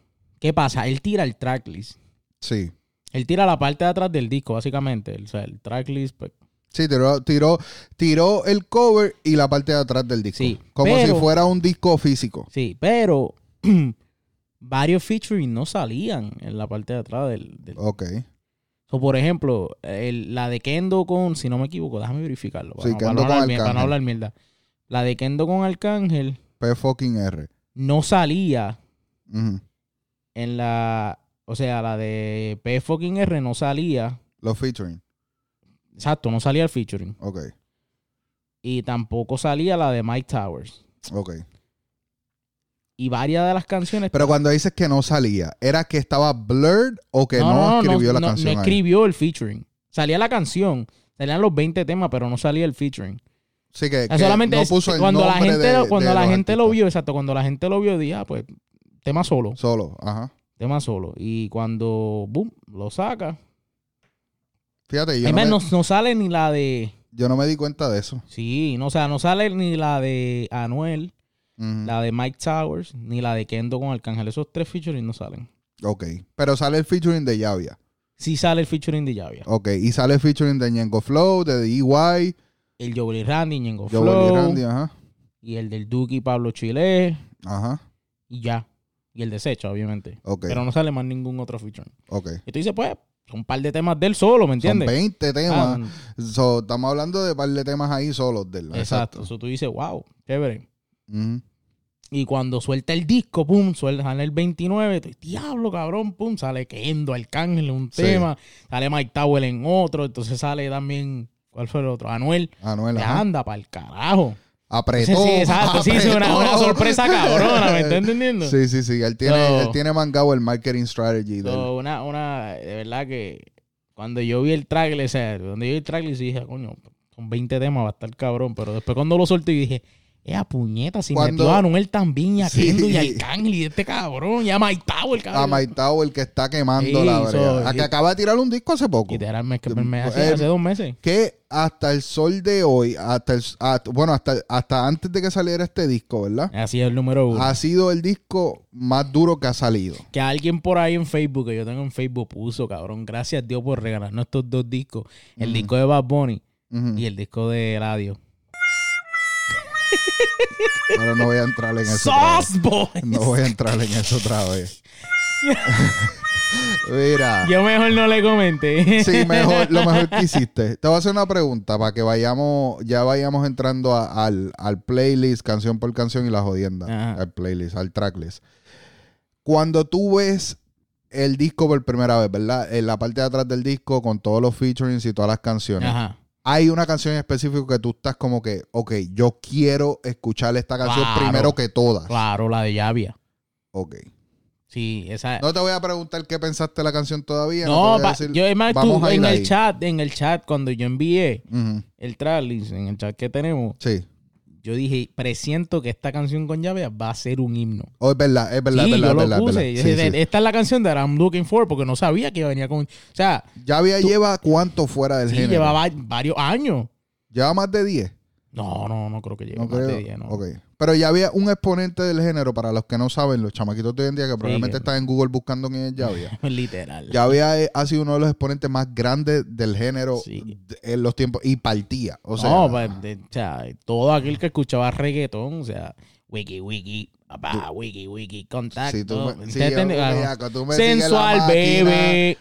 [SPEAKER 1] ¿Qué pasa? Él tira el tracklist.
[SPEAKER 2] Sí.
[SPEAKER 1] Él tira la parte de atrás del disco, básicamente. O sea, el tracklist. pues,
[SPEAKER 2] Sí, tiró, tiró, tiró el cover y la parte de atrás del disco.
[SPEAKER 1] Sí,
[SPEAKER 2] como
[SPEAKER 1] pero-
[SPEAKER 2] si fuera un disco físico.
[SPEAKER 1] sí, pero varios featuring no salían en la parte de atrás del. del-
[SPEAKER 2] Ok.
[SPEAKER 1] So, por ejemplo, el- la de Kendo con. Si no me equivoco, déjame verificarlo. Para,
[SPEAKER 2] Sí,
[SPEAKER 1] no- para no
[SPEAKER 2] Kendo con
[SPEAKER 1] hablar, mier- para no
[SPEAKER 2] Arcángel.
[SPEAKER 1] hablar mierda. La de Kendo con Arcángel
[SPEAKER 2] P fucking R.
[SPEAKER 1] no salía
[SPEAKER 2] Ujú.
[SPEAKER 1] en la. O sea, la de P fucking R no salía.
[SPEAKER 2] Los featuring.
[SPEAKER 1] Exacto, no salía el featuring.
[SPEAKER 2] Ok.
[SPEAKER 1] y tampoco salía la de Mike Towers.
[SPEAKER 2] Ok.
[SPEAKER 1] Y varias de las canciones.
[SPEAKER 2] Pero cuando dices que no salía, ¿era que estaba blurred o que no, escribió la
[SPEAKER 1] no- no
[SPEAKER 2] canción? ahí?
[SPEAKER 1] escribió el featuring. Salía la canción, salían los 20 temas, pero no salía el featuring.
[SPEAKER 2] Sí, que,
[SPEAKER 1] O sea,
[SPEAKER 2] que
[SPEAKER 1] Ah, solamente
[SPEAKER 2] no
[SPEAKER 1] es-
[SPEAKER 2] puso el
[SPEAKER 1] cuando la
[SPEAKER 2] nombre
[SPEAKER 1] gente,
[SPEAKER 2] de-
[SPEAKER 1] lo, cuando
[SPEAKER 2] de
[SPEAKER 1] la
[SPEAKER 2] los
[SPEAKER 1] gente lo
[SPEAKER 2] artistas.
[SPEAKER 1] vio, exacto, cuando la gente lo vio, dije, ah, pues, tema solo,
[SPEAKER 2] Solo, ajá.
[SPEAKER 1] tema solo. Y cuando, boom, lo saca.
[SPEAKER 2] Fíjate, yo
[SPEAKER 1] Es
[SPEAKER 2] no, me,
[SPEAKER 1] más, no, no sale ni la de.
[SPEAKER 2] yo no me di cuenta de eso.
[SPEAKER 1] Sí, no, o sea, no sale ni la de Anuel,
[SPEAKER 2] Ujú.
[SPEAKER 1] la de Mike Towers, ni la de Kendo con Arcángel. Esos tres featuring no salen.
[SPEAKER 2] Ok. Pero sale el featuring de Yavia.
[SPEAKER 1] Sí sale el featuring de Yavia.
[SPEAKER 2] Ok. Y sale el featuring de Ñengo Flow, de DIY,
[SPEAKER 1] el Jovely Randy, Ñengo
[SPEAKER 2] Joel
[SPEAKER 1] Flow,
[SPEAKER 2] y Randy, ajá.
[SPEAKER 1] y el del Duki Pablo Chile,
[SPEAKER 2] Ajá.
[SPEAKER 1] y ya. Y el desecho, obviamente.
[SPEAKER 2] Ok.
[SPEAKER 1] Pero no sale más ningún otro feature.
[SPEAKER 2] ok.
[SPEAKER 1] Y tú dices, pues, un par de temas del solo, ¿me
[SPEAKER 2] Son
[SPEAKER 1] entiendes?
[SPEAKER 2] 20 temas.
[SPEAKER 1] Ah,
[SPEAKER 2] So, estamos hablando de par de temas ahí solos del
[SPEAKER 1] exacto. Eso tú dices, wow, chévere.
[SPEAKER 2] Ujú.
[SPEAKER 1] Y cuando suelta el disco, pum, suelta sale el 29, tú, diablo, cabrón, pum, sale Kendo Arcángel en un
[SPEAKER 2] Sí.
[SPEAKER 1] tema, sale Mike Towell en otro, entonces sale también, ¿cuál fue el otro? Anuel.
[SPEAKER 2] Anuel,
[SPEAKER 1] Ya
[SPEAKER 2] Ah, ajá.
[SPEAKER 1] anda para el carajo. Sí,
[SPEAKER 2] apretó.
[SPEAKER 1] sí, exacto. Sí, sí, una,
[SPEAKER 2] apretó.
[SPEAKER 1] una sorpresa cabrona, ¿me estás entendiendo?
[SPEAKER 2] Sí, sí, sí. Él tiene,
[SPEAKER 1] So-
[SPEAKER 2] él tiene mangado el marketing strategy.
[SPEAKER 1] So,
[SPEAKER 2] del-
[SPEAKER 1] una, una, de verdad que cuando yo vi el trailer, o sea, cuando yo vi el trailer, sí dije, "Ah, coño, Son 20 temas, va a estar cabrón. Pero después cuando lo solté, dije, ¡eh, puñeta! Si
[SPEAKER 2] Cuando-
[SPEAKER 1] metió a Anuel también, y a
[SPEAKER 2] Sí.
[SPEAKER 1] Kendo y a Arcángel y a este cabrón, y a Mike Tower, cabrón.
[SPEAKER 2] A Mike Tower que está quemando
[SPEAKER 1] Sí,
[SPEAKER 2] la brea.
[SPEAKER 1] so-
[SPEAKER 2] a que acaba de tirar un disco hace poco.
[SPEAKER 1] Literalmente, que me- me- hace,
[SPEAKER 2] Eh,
[SPEAKER 1] hace dos meses.
[SPEAKER 2] que hasta el sol de hoy, hasta el, a- bueno, hasta, hasta antes de que saliera este disco, ¿verdad?
[SPEAKER 1] Así es el número uno.
[SPEAKER 2] Ha sido el disco más duro que ha salido.
[SPEAKER 1] Que alguien por ahí en Facebook, que yo tengo en Facebook, puso, cabrón, gracias a Dios por regalarnos estos dos discos.
[SPEAKER 2] Mm.
[SPEAKER 1] El disco de Bad Bunny
[SPEAKER 2] Ujú.
[SPEAKER 1] y el disco de Radio.
[SPEAKER 2] Pero no voy a entrar en eso. otra vez.
[SPEAKER 1] ¡Sauce Boy!
[SPEAKER 2] No voy a entrar en eso otra vez. Mira,
[SPEAKER 1] Yo mejor no le comenté.
[SPEAKER 2] sí, mejor, lo mejor que hiciste. Te voy a hacer una pregunta para que vayamos, ya vayamos entrando a- al, al playlist, canción por canción y la jodienda.
[SPEAKER 1] Ajá.
[SPEAKER 2] Al playlist, al tracklist. Cuando tú ves el disco por primera vez, ¿verdad? En la parte de atrás del disco, con todos los featurings y todas las canciones.
[SPEAKER 1] Ajá.
[SPEAKER 2] hay una canción en específico que tú estás como que, ok, yo quiero escuchar esta canción
[SPEAKER 1] Claro.
[SPEAKER 2] primero que todas.
[SPEAKER 1] Claro, la de Llavia.
[SPEAKER 2] Ok.
[SPEAKER 1] Sí, esa.
[SPEAKER 2] No te voy a preguntar qué pensaste de la canción todavía.
[SPEAKER 1] No,
[SPEAKER 2] te voy a
[SPEAKER 1] pa-
[SPEAKER 2] decir-
[SPEAKER 1] yo es más,
[SPEAKER 2] vamos
[SPEAKER 1] tú,
[SPEAKER 2] a ir
[SPEAKER 1] en el
[SPEAKER 2] ahí.
[SPEAKER 1] chat, en el chat, cuando yo envié
[SPEAKER 2] Ujú,
[SPEAKER 1] el tracklist, en el chat que tenemos,
[SPEAKER 2] Sí.
[SPEAKER 1] yo dije, presiento que esta canción con Llavia va a ser un himno.
[SPEAKER 2] Oh, es verdad, es verdad,
[SPEAKER 1] sí,
[SPEAKER 2] es verdad.
[SPEAKER 1] yo
[SPEAKER 2] es
[SPEAKER 1] lo
[SPEAKER 2] verdad, es
[SPEAKER 1] puse.
[SPEAKER 2] verdad.
[SPEAKER 1] Yo
[SPEAKER 2] Sí,
[SPEAKER 1] dije,
[SPEAKER 2] sí.
[SPEAKER 1] Esta es la canción de I'm Looking For, porque no sabía que venía con. O sea,
[SPEAKER 2] Ya había
[SPEAKER 1] tú-
[SPEAKER 2] lleva cuánto fuera del
[SPEAKER 1] sí,
[SPEAKER 2] género.
[SPEAKER 1] llevaba varios años.
[SPEAKER 2] Lleva más de 10.
[SPEAKER 1] No, no, no creo que llegue
[SPEAKER 2] No
[SPEAKER 1] más de
[SPEAKER 2] creo.
[SPEAKER 1] 10, no.
[SPEAKER 2] Ok. Pero ya había un exponente del género, para los que no saben, los chamaquitos de hoy en día que probablemente
[SPEAKER 1] que-
[SPEAKER 2] están en Google buscando quién es Yavia.
[SPEAKER 1] Literal.
[SPEAKER 2] Ya había eh, ha sido uno de los exponentes más grandes del género
[SPEAKER 1] Sí.
[SPEAKER 2] d- en los tiempos y partía. O sea,
[SPEAKER 1] no, pues, de- o sea, todo aquel que escuchaba reggaetón, o sea, wiki, wiki, papá, wiki, wiki, contacto.
[SPEAKER 2] si tú me, si
[SPEAKER 1] ¿Te
[SPEAKER 2] yo-
[SPEAKER 1] entiendes? Ah,
[SPEAKER 2] bellaco, tú me sigues
[SPEAKER 1] Sensual,
[SPEAKER 2] la máquina,
[SPEAKER 1] bebé,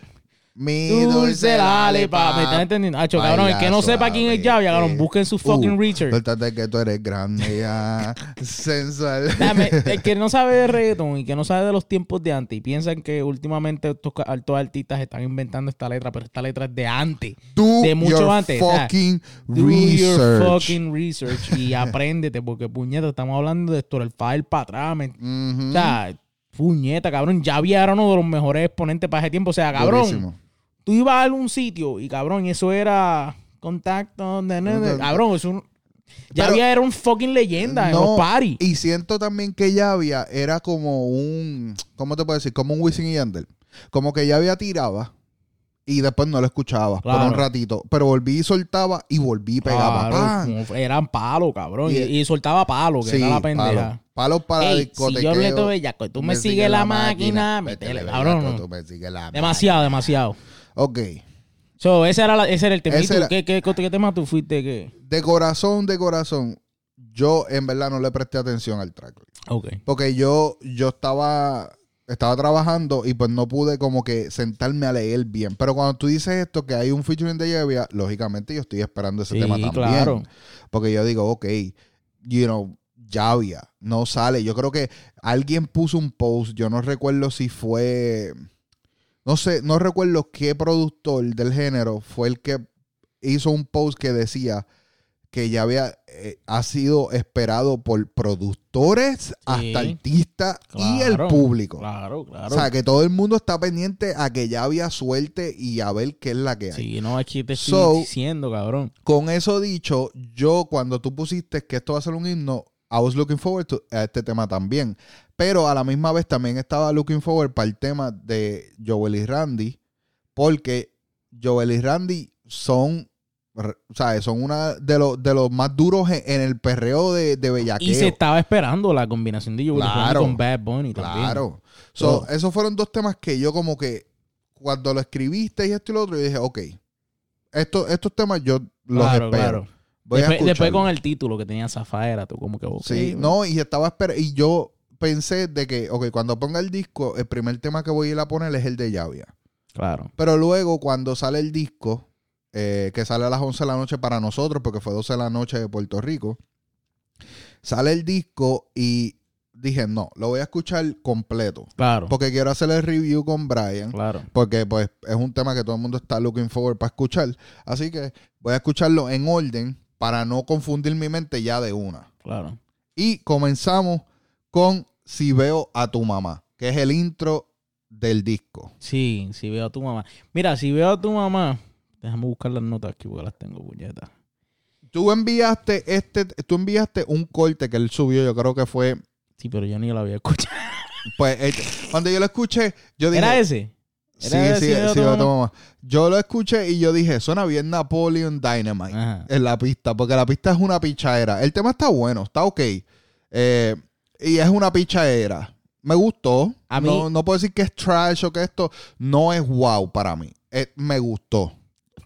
[SPEAKER 2] mi
[SPEAKER 1] dulce, dale, papá. ¿Me estás entendiendo? Hacho, cabrón, el que no
[SPEAKER 2] Baila
[SPEAKER 1] sepa quién es Javi, cabrón,
[SPEAKER 2] suave.
[SPEAKER 1] busquen su
[SPEAKER 2] Uh,
[SPEAKER 1] fucking Richard.
[SPEAKER 2] Suéltate que tú eres grande ya. sensual.
[SPEAKER 1] Dame, el que no sabe de reggaetón y que no sabe de los tiempos de antes y piensan que últimamente estos ca- altos artistas están inventando esta letra, pero esta letra es de antes.
[SPEAKER 2] Do
[SPEAKER 1] de mucho
[SPEAKER 2] your
[SPEAKER 1] antes, o sea,
[SPEAKER 2] Fucking
[SPEAKER 1] Do your
[SPEAKER 2] research.
[SPEAKER 1] fucking research y apréndete, porque puñeta, estamos hablando de esto, el file para atrás. ¿me-
[SPEAKER 2] Ujú.
[SPEAKER 1] O sea,
[SPEAKER 2] Mm.
[SPEAKER 1] puñeta, cabrón, ya había era uno de los mejores exponentes para ese tiempo. O sea, cabrón,
[SPEAKER 2] Durísimo.
[SPEAKER 1] tú ibas a algún sitio y cabrón, eso era contacto, na, na, na. cabrón, eso ya
[SPEAKER 2] Pero-
[SPEAKER 1] había era un fucking leyenda en
[SPEAKER 2] No,
[SPEAKER 1] los parties.
[SPEAKER 2] Y siento también que Yavia era como un, ¿cómo te puedo decir? Como un Wisin y Yandel. Como que Yavia tiraba y después no lo escuchaba por
[SPEAKER 1] Claro.
[SPEAKER 2] un ratito. Pero volví y soltaba y volví y pegaba.
[SPEAKER 1] Claro,
[SPEAKER 2] ¡Pam!
[SPEAKER 1] como eran palos, cabrón. Y,
[SPEAKER 2] Y-
[SPEAKER 1] y soltaba palo, que
[SPEAKER 2] Sí,
[SPEAKER 1] era la
[SPEAKER 2] palos
[SPEAKER 1] pendeja.
[SPEAKER 2] palos para
[SPEAKER 1] Ey,
[SPEAKER 2] discotequeo.
[SPEAKER 1] si yo le doy bellaco y tú me, sigues la máquina, métele,
[SPEAKER 2] métele,
[SPEAKER 1] cabrón.
[SPEAKER 2] bellaco, tú me sigues la
[SPEAKER 1] Demasiado, demasiado.
[SPEAKER 2] máquina. Ok.
[SPEAKER 1] So, ese era, la- ese era el tema. ¿Y
[SPEAKER 2] Ese
[SPEAKER 1] tú
[SPEAKER 2] era-
[SPEAKER 1] ¿Qué, qué, qué tema tú fuiste? ¿Qué?
[SPEAKER 2] De corazón, de corazón, yo en verdad no le presté atención al track.
[SPEAKER 1] Ok.
[SPEAKER 2] Porque yo, yo estaba, estaba trabajando y pues no pude como que sentarme a leer bien. Pero cuando tú dices esto, que hay un featuring de Yevia, lógicamente yo estoy esperando ese
[SPEAKER 1] Sí,
[SPEAKER 2] tema también.
[SPEAKER 1] claro.
[SPEAKER 2] Porque yo digo, ok, you know, Yavia no sale. Yo creo que alguien puso un post, yo no recuerdo si fue, no sé, no recuerdo qué productor del género fue el que hizo un post que decía que ya había eh, ha sido esperado por productores hasta artistas y el
[SPEAKER 1] Claro,
[SPEAKER 2] público.
[SPEAKER 1] Claro, claro.
[SPEAKER 2] O sea, que todo el mundo está pendiente a que ya había suerte y a ver qué es la que hay.
[SPEAKER 1] sí, no, aquí te estoy
[SPEAKER 2] So-
[SPEAKER 1] diciendo, cabrón.
[SPEAKER 2] Con eso dicho, yo cuando tú pusiste que esto va a ser un himno, I was looking forward to- a este tema también. Pero a la misma vez también estaba looking forward para el tema de Joel y Randy, porque Joel y Randy son, r- ¿sabes? Son una de los, de los más duros en, en el perreo de, de bellaqueo.
[SPEAKER 1] Y se estaba esperando la combinación de Joel Corn
[SPEAKER 2] Claro.
[SPEAKER 1] con Bad Bunny también.
[SPEAKER 2] Claro. So,
[SPEAKER 1] Todo.
[SPEAKER 2] Esos fueron dos temas que yo como que cuando lo escribiste y esto y lo otro, yo dije, ok, esto, estos temas yo los
[SPEAKER 1] Claro,
[SPEAKER 2] espero.
[SPEAKER 1] claro.
[SPEAKER 2] Voy a
[SPEAKER 1] Después, después
[SPEAKER 2] escucharlo.
[SPEAKER 1] con el título que tenía Zafaera, tú como que... ok,
[SPEAKER 2] Sí, no, y estaba esperando. Y yo pensé de que, ok, cuando ponga el disco, el primer tema que voy a ir a poner es el de Llavia.
[SPEAKER 1] Claro.
[SPEAKER 2] Pero luego, cuando sale el disco, eh, que sale a las 11 de la noche para nosotros, porque fue 12 de la noche de Puerto Rico, sale el disco y dije, no, lo voy a escuchar completo.
[SPEAKER 1] Claro.
[SPEAKER 2] Porque quiero hacer el review con Brian.
[SPEAKER 1] Claro.
[SPEAKER 2] Porque pues es un tema que todo el mundo está looking forward para escuchar. Así que voy a escucharlo en orden para no confundir mi mente ya de una.
[SPEAKER 1] Claro.
[SPEAKER 2] Y comenzamos con Si veo a tu mamá, que es el intro del disco.
[SPEAKER 1] Sí, si veo a tu mamá. Mira, si veo a tu mamá, déjame buscar las notas aquí porque las tengo, puñeta.
[SPEAKER 2] Tú enviaste este, tú enviaste un corte que él subió, yo creo que fue,
[SPEAKER 1] Sí, pero yo ni lo había escuchado.
[SPEAKER 2] pues, eh, cuando yo lo escuché, yo dije,
[SPEAKER 1] ¿Era ese?
[SPEAKER 2] sí,
[SPEAKER 1] ¿Era
[SPEAKER 2] sí,
[SPEAKER 1] ese de
[SPEAKER 2] sí,
[SPEAKER 1] Otto
[SPEAKER 2] Otto Mamá. Yo lo escuché y yo dije, suena bien Napoleon Dynamite
[SPEAKER 1] Ajá.
[SPEAKER 2] en la pista, porque la pista es una pichadera. El tema está bueno, está ok. Eh, y es una pichadera. Me gustó.
[SPEAKER 1] A mí-
[SPEAKER 2] no, no puedo decir que es trash o que esto no es wow para mí. Eh, me gustó.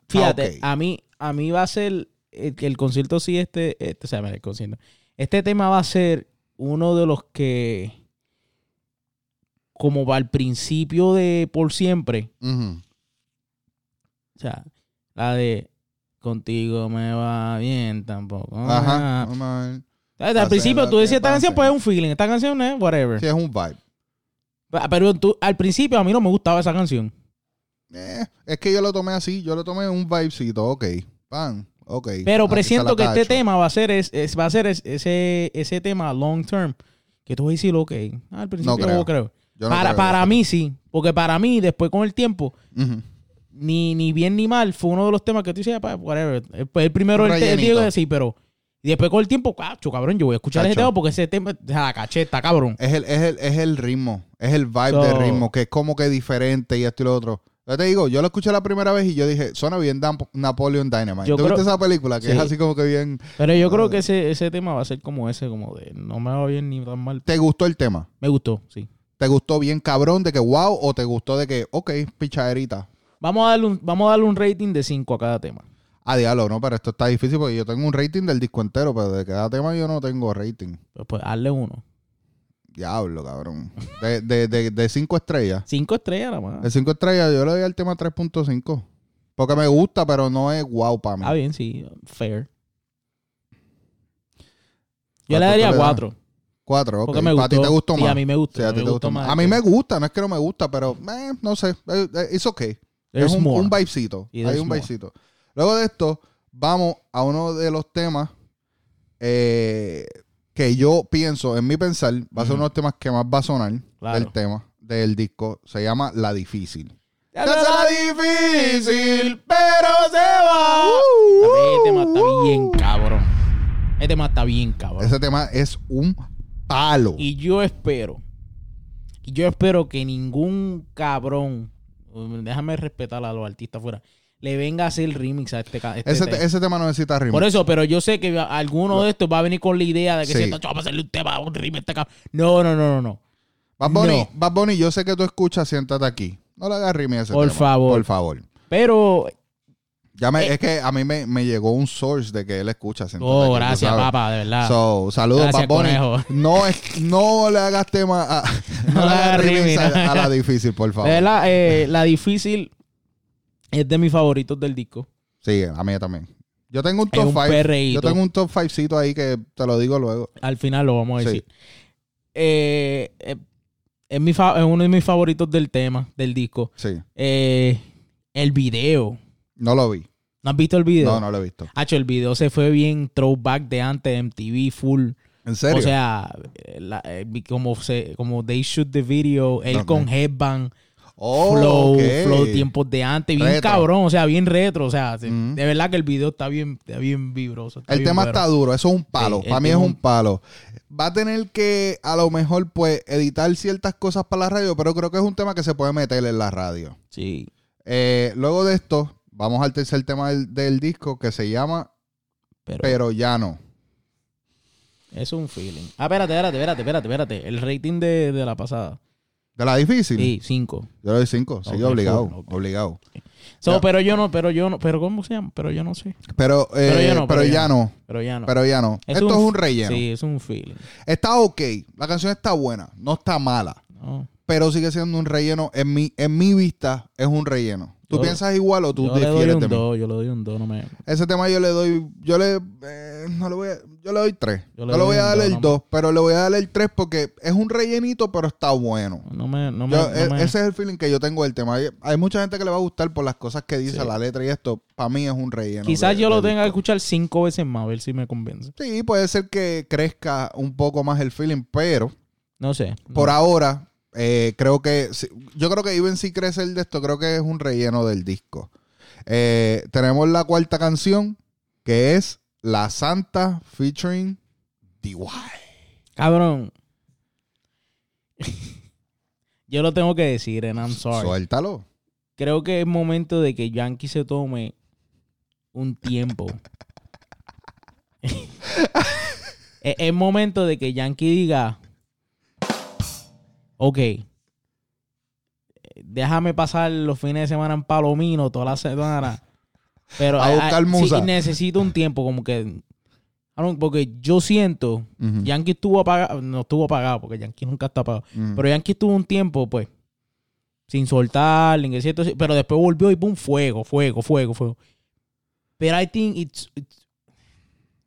[SPEAKER 1] Fíjate, ah,
[SPEAKER 2] Ah, ok.
[SPEAKER 1] a mí a mí va a ser el, el concierto sí este, este, o sea, mira, el concierto. Este tema va a ser uno de los que como va al principio de por siempre,
[SPEAKER 2] Ujú.
[SPEAKER 1] o sea, la de contigo me va bien tampoco.
[SPEAKER 2] Ajá.
[SPEAKER 1] Ah.
[SPEAKER 2] Una-
[SPEAKER 1] Al principio
[SPEAKER 2] Hacerla
[SPEAKER 1] tú
[SPEAKER 2] que
[SPEAKER 1] decías esta
[SPEAKER 2] pase".
[SPEAKER 1] canción pues es un feeling, esta canción es whatever. Ah,
[SPEAKER 2] Sí, es un vibe.
[SPEAKER 1] Pero tú, al principio a mí no me gustaba esa canción.
[SPEAKER 2] Eh, es que yo lo tomé así, yo lo tomé un vibecito, ok. Pan, ok.
[SPEAKER 1] Pero
[SPEAKER 2] Aquí se la
[SPEAKER 1] presiento que este
[SPEAKER 2] cacho.
[SPEAKER 1] tema va a ser, es, es- va a ser es- ese, ese tema long term. Que tú vas a decir, ok. Ah, al principio no creo.
[SPEAKER 2] creo. Yo no
[SPEAKER 1] para
[SPEAKER 2] creo.
[SPEAKER 1] para mí sí. Porque para mí, después con el tiempo,
[SPEAKER 2] Ujú.
[SPEAKER 1] ni, ni bien ni mal, fue uno de los temas que tú dices, "Pa, whatever. Eh, pues el primero, el, te- el
[SPEAKER 2] Rellenito.
[SPEAKER 1] Diego sí, pero. Y después con el tiempo, cacho, cabrón, yo voy a escuchar ese
[SPEAKER 2] Cacho.
[SPEAKER 1] tema porque ese tema, o sea, la cacheta, cabrón.
[SPEAKER 2] Es el, es, el, es el ritmo, es el vibe
[SPEAKER 1] So-
[SPEAKER 2] del ritmo, que es como que diferente y esto y lo otro. Yo te digo, yo lo escuché la primera vez y yo dije, suena bien Dan- Napoleon Dynamite.
[SPEAKER 1] Yo
[SPEAKER 2] ¿Tú
[SPEAKER 1] creo-
[SPEAKER 2] viste esa película? Que
[SPEAKER 1] Sí.
[SPEAKER 2] es así como que bien...
[SPEAKER 1] Pero yo creo que ese, ese tema va a ser como ese, como de no me va bien ni tan mal.
[SPEAKER 2] ¿Te gustó el tema?
[SPEAKER 1] Me gustó, sí.
[SPEAKER 2] ¿Te gustó bien cabrón de que wow o te gustó de que, ok, pichaderita?
[SPEAKER 1] Vamos a darle un, vamos a darle un rating de 5 a cada tema.
[SPEAKER 2] Ah, diablo, no, pero esto está difícil porque yo tengo un rating del disco entero, pero de cada tema yo no tengo rating.
[SPEAKER 1] Pues, pues hazle uno.
[SPEAKER 2] Diablo, cabrón. De, de, de, de cinco estrellas.
[SPEAKER 1] Cinco estrellas nada más.
[SPEAKER 2] De cinco estrellas yo le doy al tema 3.5. Porque me gusta, pero no es wow para mí.
[SPEAKER 1] Está bien, sí. Fair. Yo
[SPEAKER 2] ¿Cuánto
[SPEAKER 1] le
[SPEAKER 2] tú le
[SPEAKER 1] daría
[SPEAKER 2] das?
[SPEAKER 1] cuatro.
[SPEAKER 2] Cuatro, ok.
[SPEAKER 1] Porque me gustó.
[SPEAKER 2] A ti te gustó
[SPEAKER 1] Sí,
[SPEAKER 2] más.
[SPEAKER 1] a mí me gustó.
[SPEAKER 2] Sí, a
[SPEAKER 1] a
[SPEAKER 2] ti
[SPEAKER 1] mí
[SPEAKER 2] te
[SPEAKER 1] me
[SPEAKER 2] gustó
[SPEAKER 1] gustó
[SPEAKER 2] más.
[SPEAKER 1] más.
[SPEAKER 2] A mí me gusta, no es que no me gusta, pero eh, no sé. Es ok.
[SPEAKER 1] There's
[SPEAKER 2] es un,
[SPEAKER 1] more.
[SPEAKER 2] un vibecito.
[SPEAKER 1] Y
[SPEAKER 2] Hay
[SPEAKER 1] there's
[SPEAKER 2] un
[SPEAKER 1] more.
[SPEAKER 2] vibecito. Luego de esto, vamos a uno de los temas eh, que yo pienso, en mi pensar, va a
[SPEAKER 1] Ujú.
[SPEAKER 2] ser uno de los temas que más va a sonar
[SPEAKER 1] Claro.
[SPEAKER 2] del tema, del disco. Se llama La Difícil.
[SPEAKER 1] Ya se la di-
[SPEAKER 2] difícil, pero se va. Uh.
[SPEAKER 1] A ver, Este tema está bien, cabrón. Este tema está bien, cabrón.
[SPEAKER 2] Ese tema es un palo.
[SPEAKER 1] Y yo espero, y yo espero que ningún cabrón, um, déjame respetar a los artistas afuera, le venga a hacer remix a este, ca- este
[SPEAKER 2] ese,
[SPEAKER 1] tema.
[SPEAKER 2] te- ese tema no necesita ritmo.
[SPEAKER 1] Por eso, pero yo sé que va- alguno de estos va a venir con la idea de que
[SPEAKER 2] Sí.
[SPEAKER 1] se está para hacerle un tema, un remix a este cabrón. No, no, no, no, no.
[SPEAKER 2] Bad Bunny,
[SPEAKER 1] No.
[SPEAKER 2] Bad Bunny, yo sé que tú escuchas, siéntate aquí. No le hagas rime a ese
[SPEAKER 1] Por
[SPEAKER 2] tema,
[SPEAKER 1] favor.
[SPEAKER 2] Por favor.
[SPEAKER 1] Pero,
[SPEAKER 2] Ya me-
[SPEAKER 1] Eh.
[SPEAKER 2] Es que a mí me, me llegó un source de que él escucha. siéntate aquí,
[SPEAKER 1] oh,
[SPEAKER 2] tú
[SPEAKER 1] gracias,
[SPEAKER 2] sabes.
[SPEAKER 1] papá, de verdad.
[SPEAKER 2] So, saludos,
[SPEAKER 1] Gracias,
[SPEAKER 2] Bad Bunny.
[SPEAKER 1] conejo.
[SPEAKER 2] No, es- no le hagas tema a,
[SPEAKER 1] No
[SPEAKER 2] no
[SPEAKER 1] le
[SPEAKER 2] le
[SPEAKER 1] hagas
[SPEAKER 2] hagas remix
[SPEAKER 1] remix,
[SPEAKER 2] a,
[SPEAKER 1] no.
[SPEAKER 2] a la difícil, por
[SPEAKER 1] de
[SPEAKER 2] favor.
[SPEAKER 1] verdad, eh, la difícil es de mis favoritos del disco.
[SPEAKER 2] Sí, a mí también. Yo tengo un
[SPEAKER 1] Es
[SPEAKER 2] top
[SPEAKER 1] un
[SPEAKER 2] 5. Yo
[SPEAKER 1] perreíto.
[SPEAKER 2] tengo un top 5cito ahí que te lo digo luego.
[SPEAKER 1] Al final lo vamos a
[SPEAKER 2] Sí.
[SPEAKER 1] decir. Eh, eh, es, mi fa- es uno de mis favoritos del tema, del disco.
[SPEAKER 2] Sí,
[SPEAKER 1] Eh, el video.
[SPEAKER 2] no lo vi.
[SPEAKER 1] ¿No has visto el video?
[SPEAKER 2] No, no lo he visto.
[SPEAKER 1] Hacho, el video se fue bien throwback de antes, MTV full.
[SPEAKER 2] ¿En serio?
[SPEAKER 1] O sea, eh, la- eh, vi como, se, como they shoot the video, él
[SPEAKER 2] Ok.
[SPEAKER 1] con headband,
[SPEAKER 2] Oh,
[SPEAKER 1] flow,
[SPEAKER 2] ok.
[SPEAKER 1] flow tiempos de antes, bien
[SPEAKER 2] Retro.
[SPEAKER 1] cabrón, o sea, bien retro. O sea, de-
[SPEAKER 2] Mm.
[SPEAKER 1] de verdad que el video está bien, está bien vibroso. está
[SPEAKER 2] El
[SPEAKER 1] bien
[SPEAKER 2] tema
[SPEAKER 1] bueno.
[SPEAKER 2] está duro, eso es un palo.
[SPEAKER 1] Sí, el
[SPEAKER 2] para mí es
[SPEAKER 1] tema-
[SPEAKER 2] un palo. Va a tener que, a lo mejor, pues, editar ciertas cosas para la radio, pero creo que es un tema que se puede meter en la radio.
[SPEAKER 1] Sí.
[SPEAKER 2] Eh, luego de esto, vamos al tercer tema del, del disco que se llama
[SPEAKER 1] Pero,
[SPEAKER 2] Pero ya no.
[SPEAKER 1] es un feeling. Ah, espérate, espérate, espérate, espérate, espérate. El rating de, de la pasada.
[SPEAKER 2] De la difícil.
[SPEAKER 1] Sí, 5.
[SPEAKER 2] Yo le doy cinco. Sí,
[SPEAKER 1] Ok,
[SPEAKER 2] obligado.
[SPEAKER 1] cool, ok.
[SPEAKER 2] Obligado.
[SPEAKER 1] So,
[SPEAKER 2] Ya.
[SPEAKER 1] pero yo no, pero yo no, pero ¿cómo se llama? Pero yo no sé.
[SPEAKER 2] Pero, eh,
[SPEAKER 1] Pero ya
[SPEAKER 2] pero,
[SPEAKER 1] no, pero
[SPEAKER 2] ya,
[SPEAKER 1] ya
[SPEAKER 2] no.
[SPEAKER 1] Pero ya no.
[SPEAKER 2] Pero ya no. Esto es un relleno.
[SPEAKER 1] Sí, es un feeling.
[SPEAKER 2] Está ok. La canción está buena. No está mala.
[SPEAKER 1] No.
[SPEAKER 2] Pero sigue siendo un relleno. En mi, en mi vista, es un relleno. ¿Tú
[SPEAKER 1] Yo-
[SPEAKER 2] piensas igual o tú
[SPEAKER 1] yo le doy
[SPEAKER 2] difieres de
[SPEAKER 1] un
[SPEAKER 2] mí?
[SPEAKER 1] 2, yo le doy un 2, no me...
[SPEAKER 2] Ese tema yo le doy, yo le, eh, no le voy a- yo le doy tres.
[SPEAKER 1] Yo
[SPEAKER 2] Yo
[SPEAKER 1] le
[SPEAKER 2] le,
[SPEAKER 1] doy
[SPEAKER 2] voy
[SPEAKER 1] un
[SPEAKER 2] a dar
[SPEAKER 1] dos
[SPEAKER 2] el
[SPEAKER 1] nomás.
[SPEAKER 2] dos, pero le voy a dar el tres porque es un rellenito, pero está bueno.
[SPEAKER 1] No me, no me,
[SPEAKER 2] Yo-
[SPEAKER 1] no
[SPEAKER 2] e-
[SPEAKER 1] me-
[SPEAKER 2] Ese es el feeling que yo tengo del tema. Hay, hay mucha gente que le va a gustar por las cosas que dice
[SPEAKER 1] Sí.
[SPEAKER 2] la letra y esto. Para mí es un relleno.
[SPEAKER 1] Quizás
[SPEAKER 2] de-
[SPEAKER 1] yo lo
[SPEAKER 2] de
[SPEAKER 1] tenga que
[SPEAKER 2] disco.
[SPEAKER 1] escuchar cinco veces más, a ver si me convence.
[SPEAKER 2] Sí, puede ser que crezca un poco más el feeling, pero
[SPEAKER 1] No sé.
[SPEAKER 2] por
[SPEAKER 1] No.
[SPEAKER 2] ahora eh, creo que, si- yo creo que Even si crece el de esto, creo que es un relleno del disco. Eh, tenemos la cuarta canción que es La Santa featuring DY.
[SPEAKER 1] Cabrón. Yo lo tengo que decir, and I'm sorry.
[SPEAKER 2] Suéltalo.
[SPEAKER 1] Creo que es momento de que Yankee se tome un tiempo. es, es momento de que Yankee diga, ok, déjame pasar los fines de semana en Palomino, toda la semana. Pero
[SPEAKER 2] A
[SPEAKER 1] ah, ah,
[SPEAKER 2] buscar
[SPEAKER 1] sí,
[SPEAKER 2] musa.
[SPEAKER 1] necesito un tiempo, como que... cabrón, Porque yo siento,
[SPEAKER 2] Ujú,
[SPEAKER 1] Yankee estuvo apagado, no estuvo apagado, porque Yankee nunca está apagado.
[SPEAKER 2] ujú.
[SPEAKER 1] Pero Yankee estuvo un tiempo, pues, sin soltar, en el cierto, pero después volvió y boom, fuego, fuego, fuego, fuego. Pero I think it's, it's-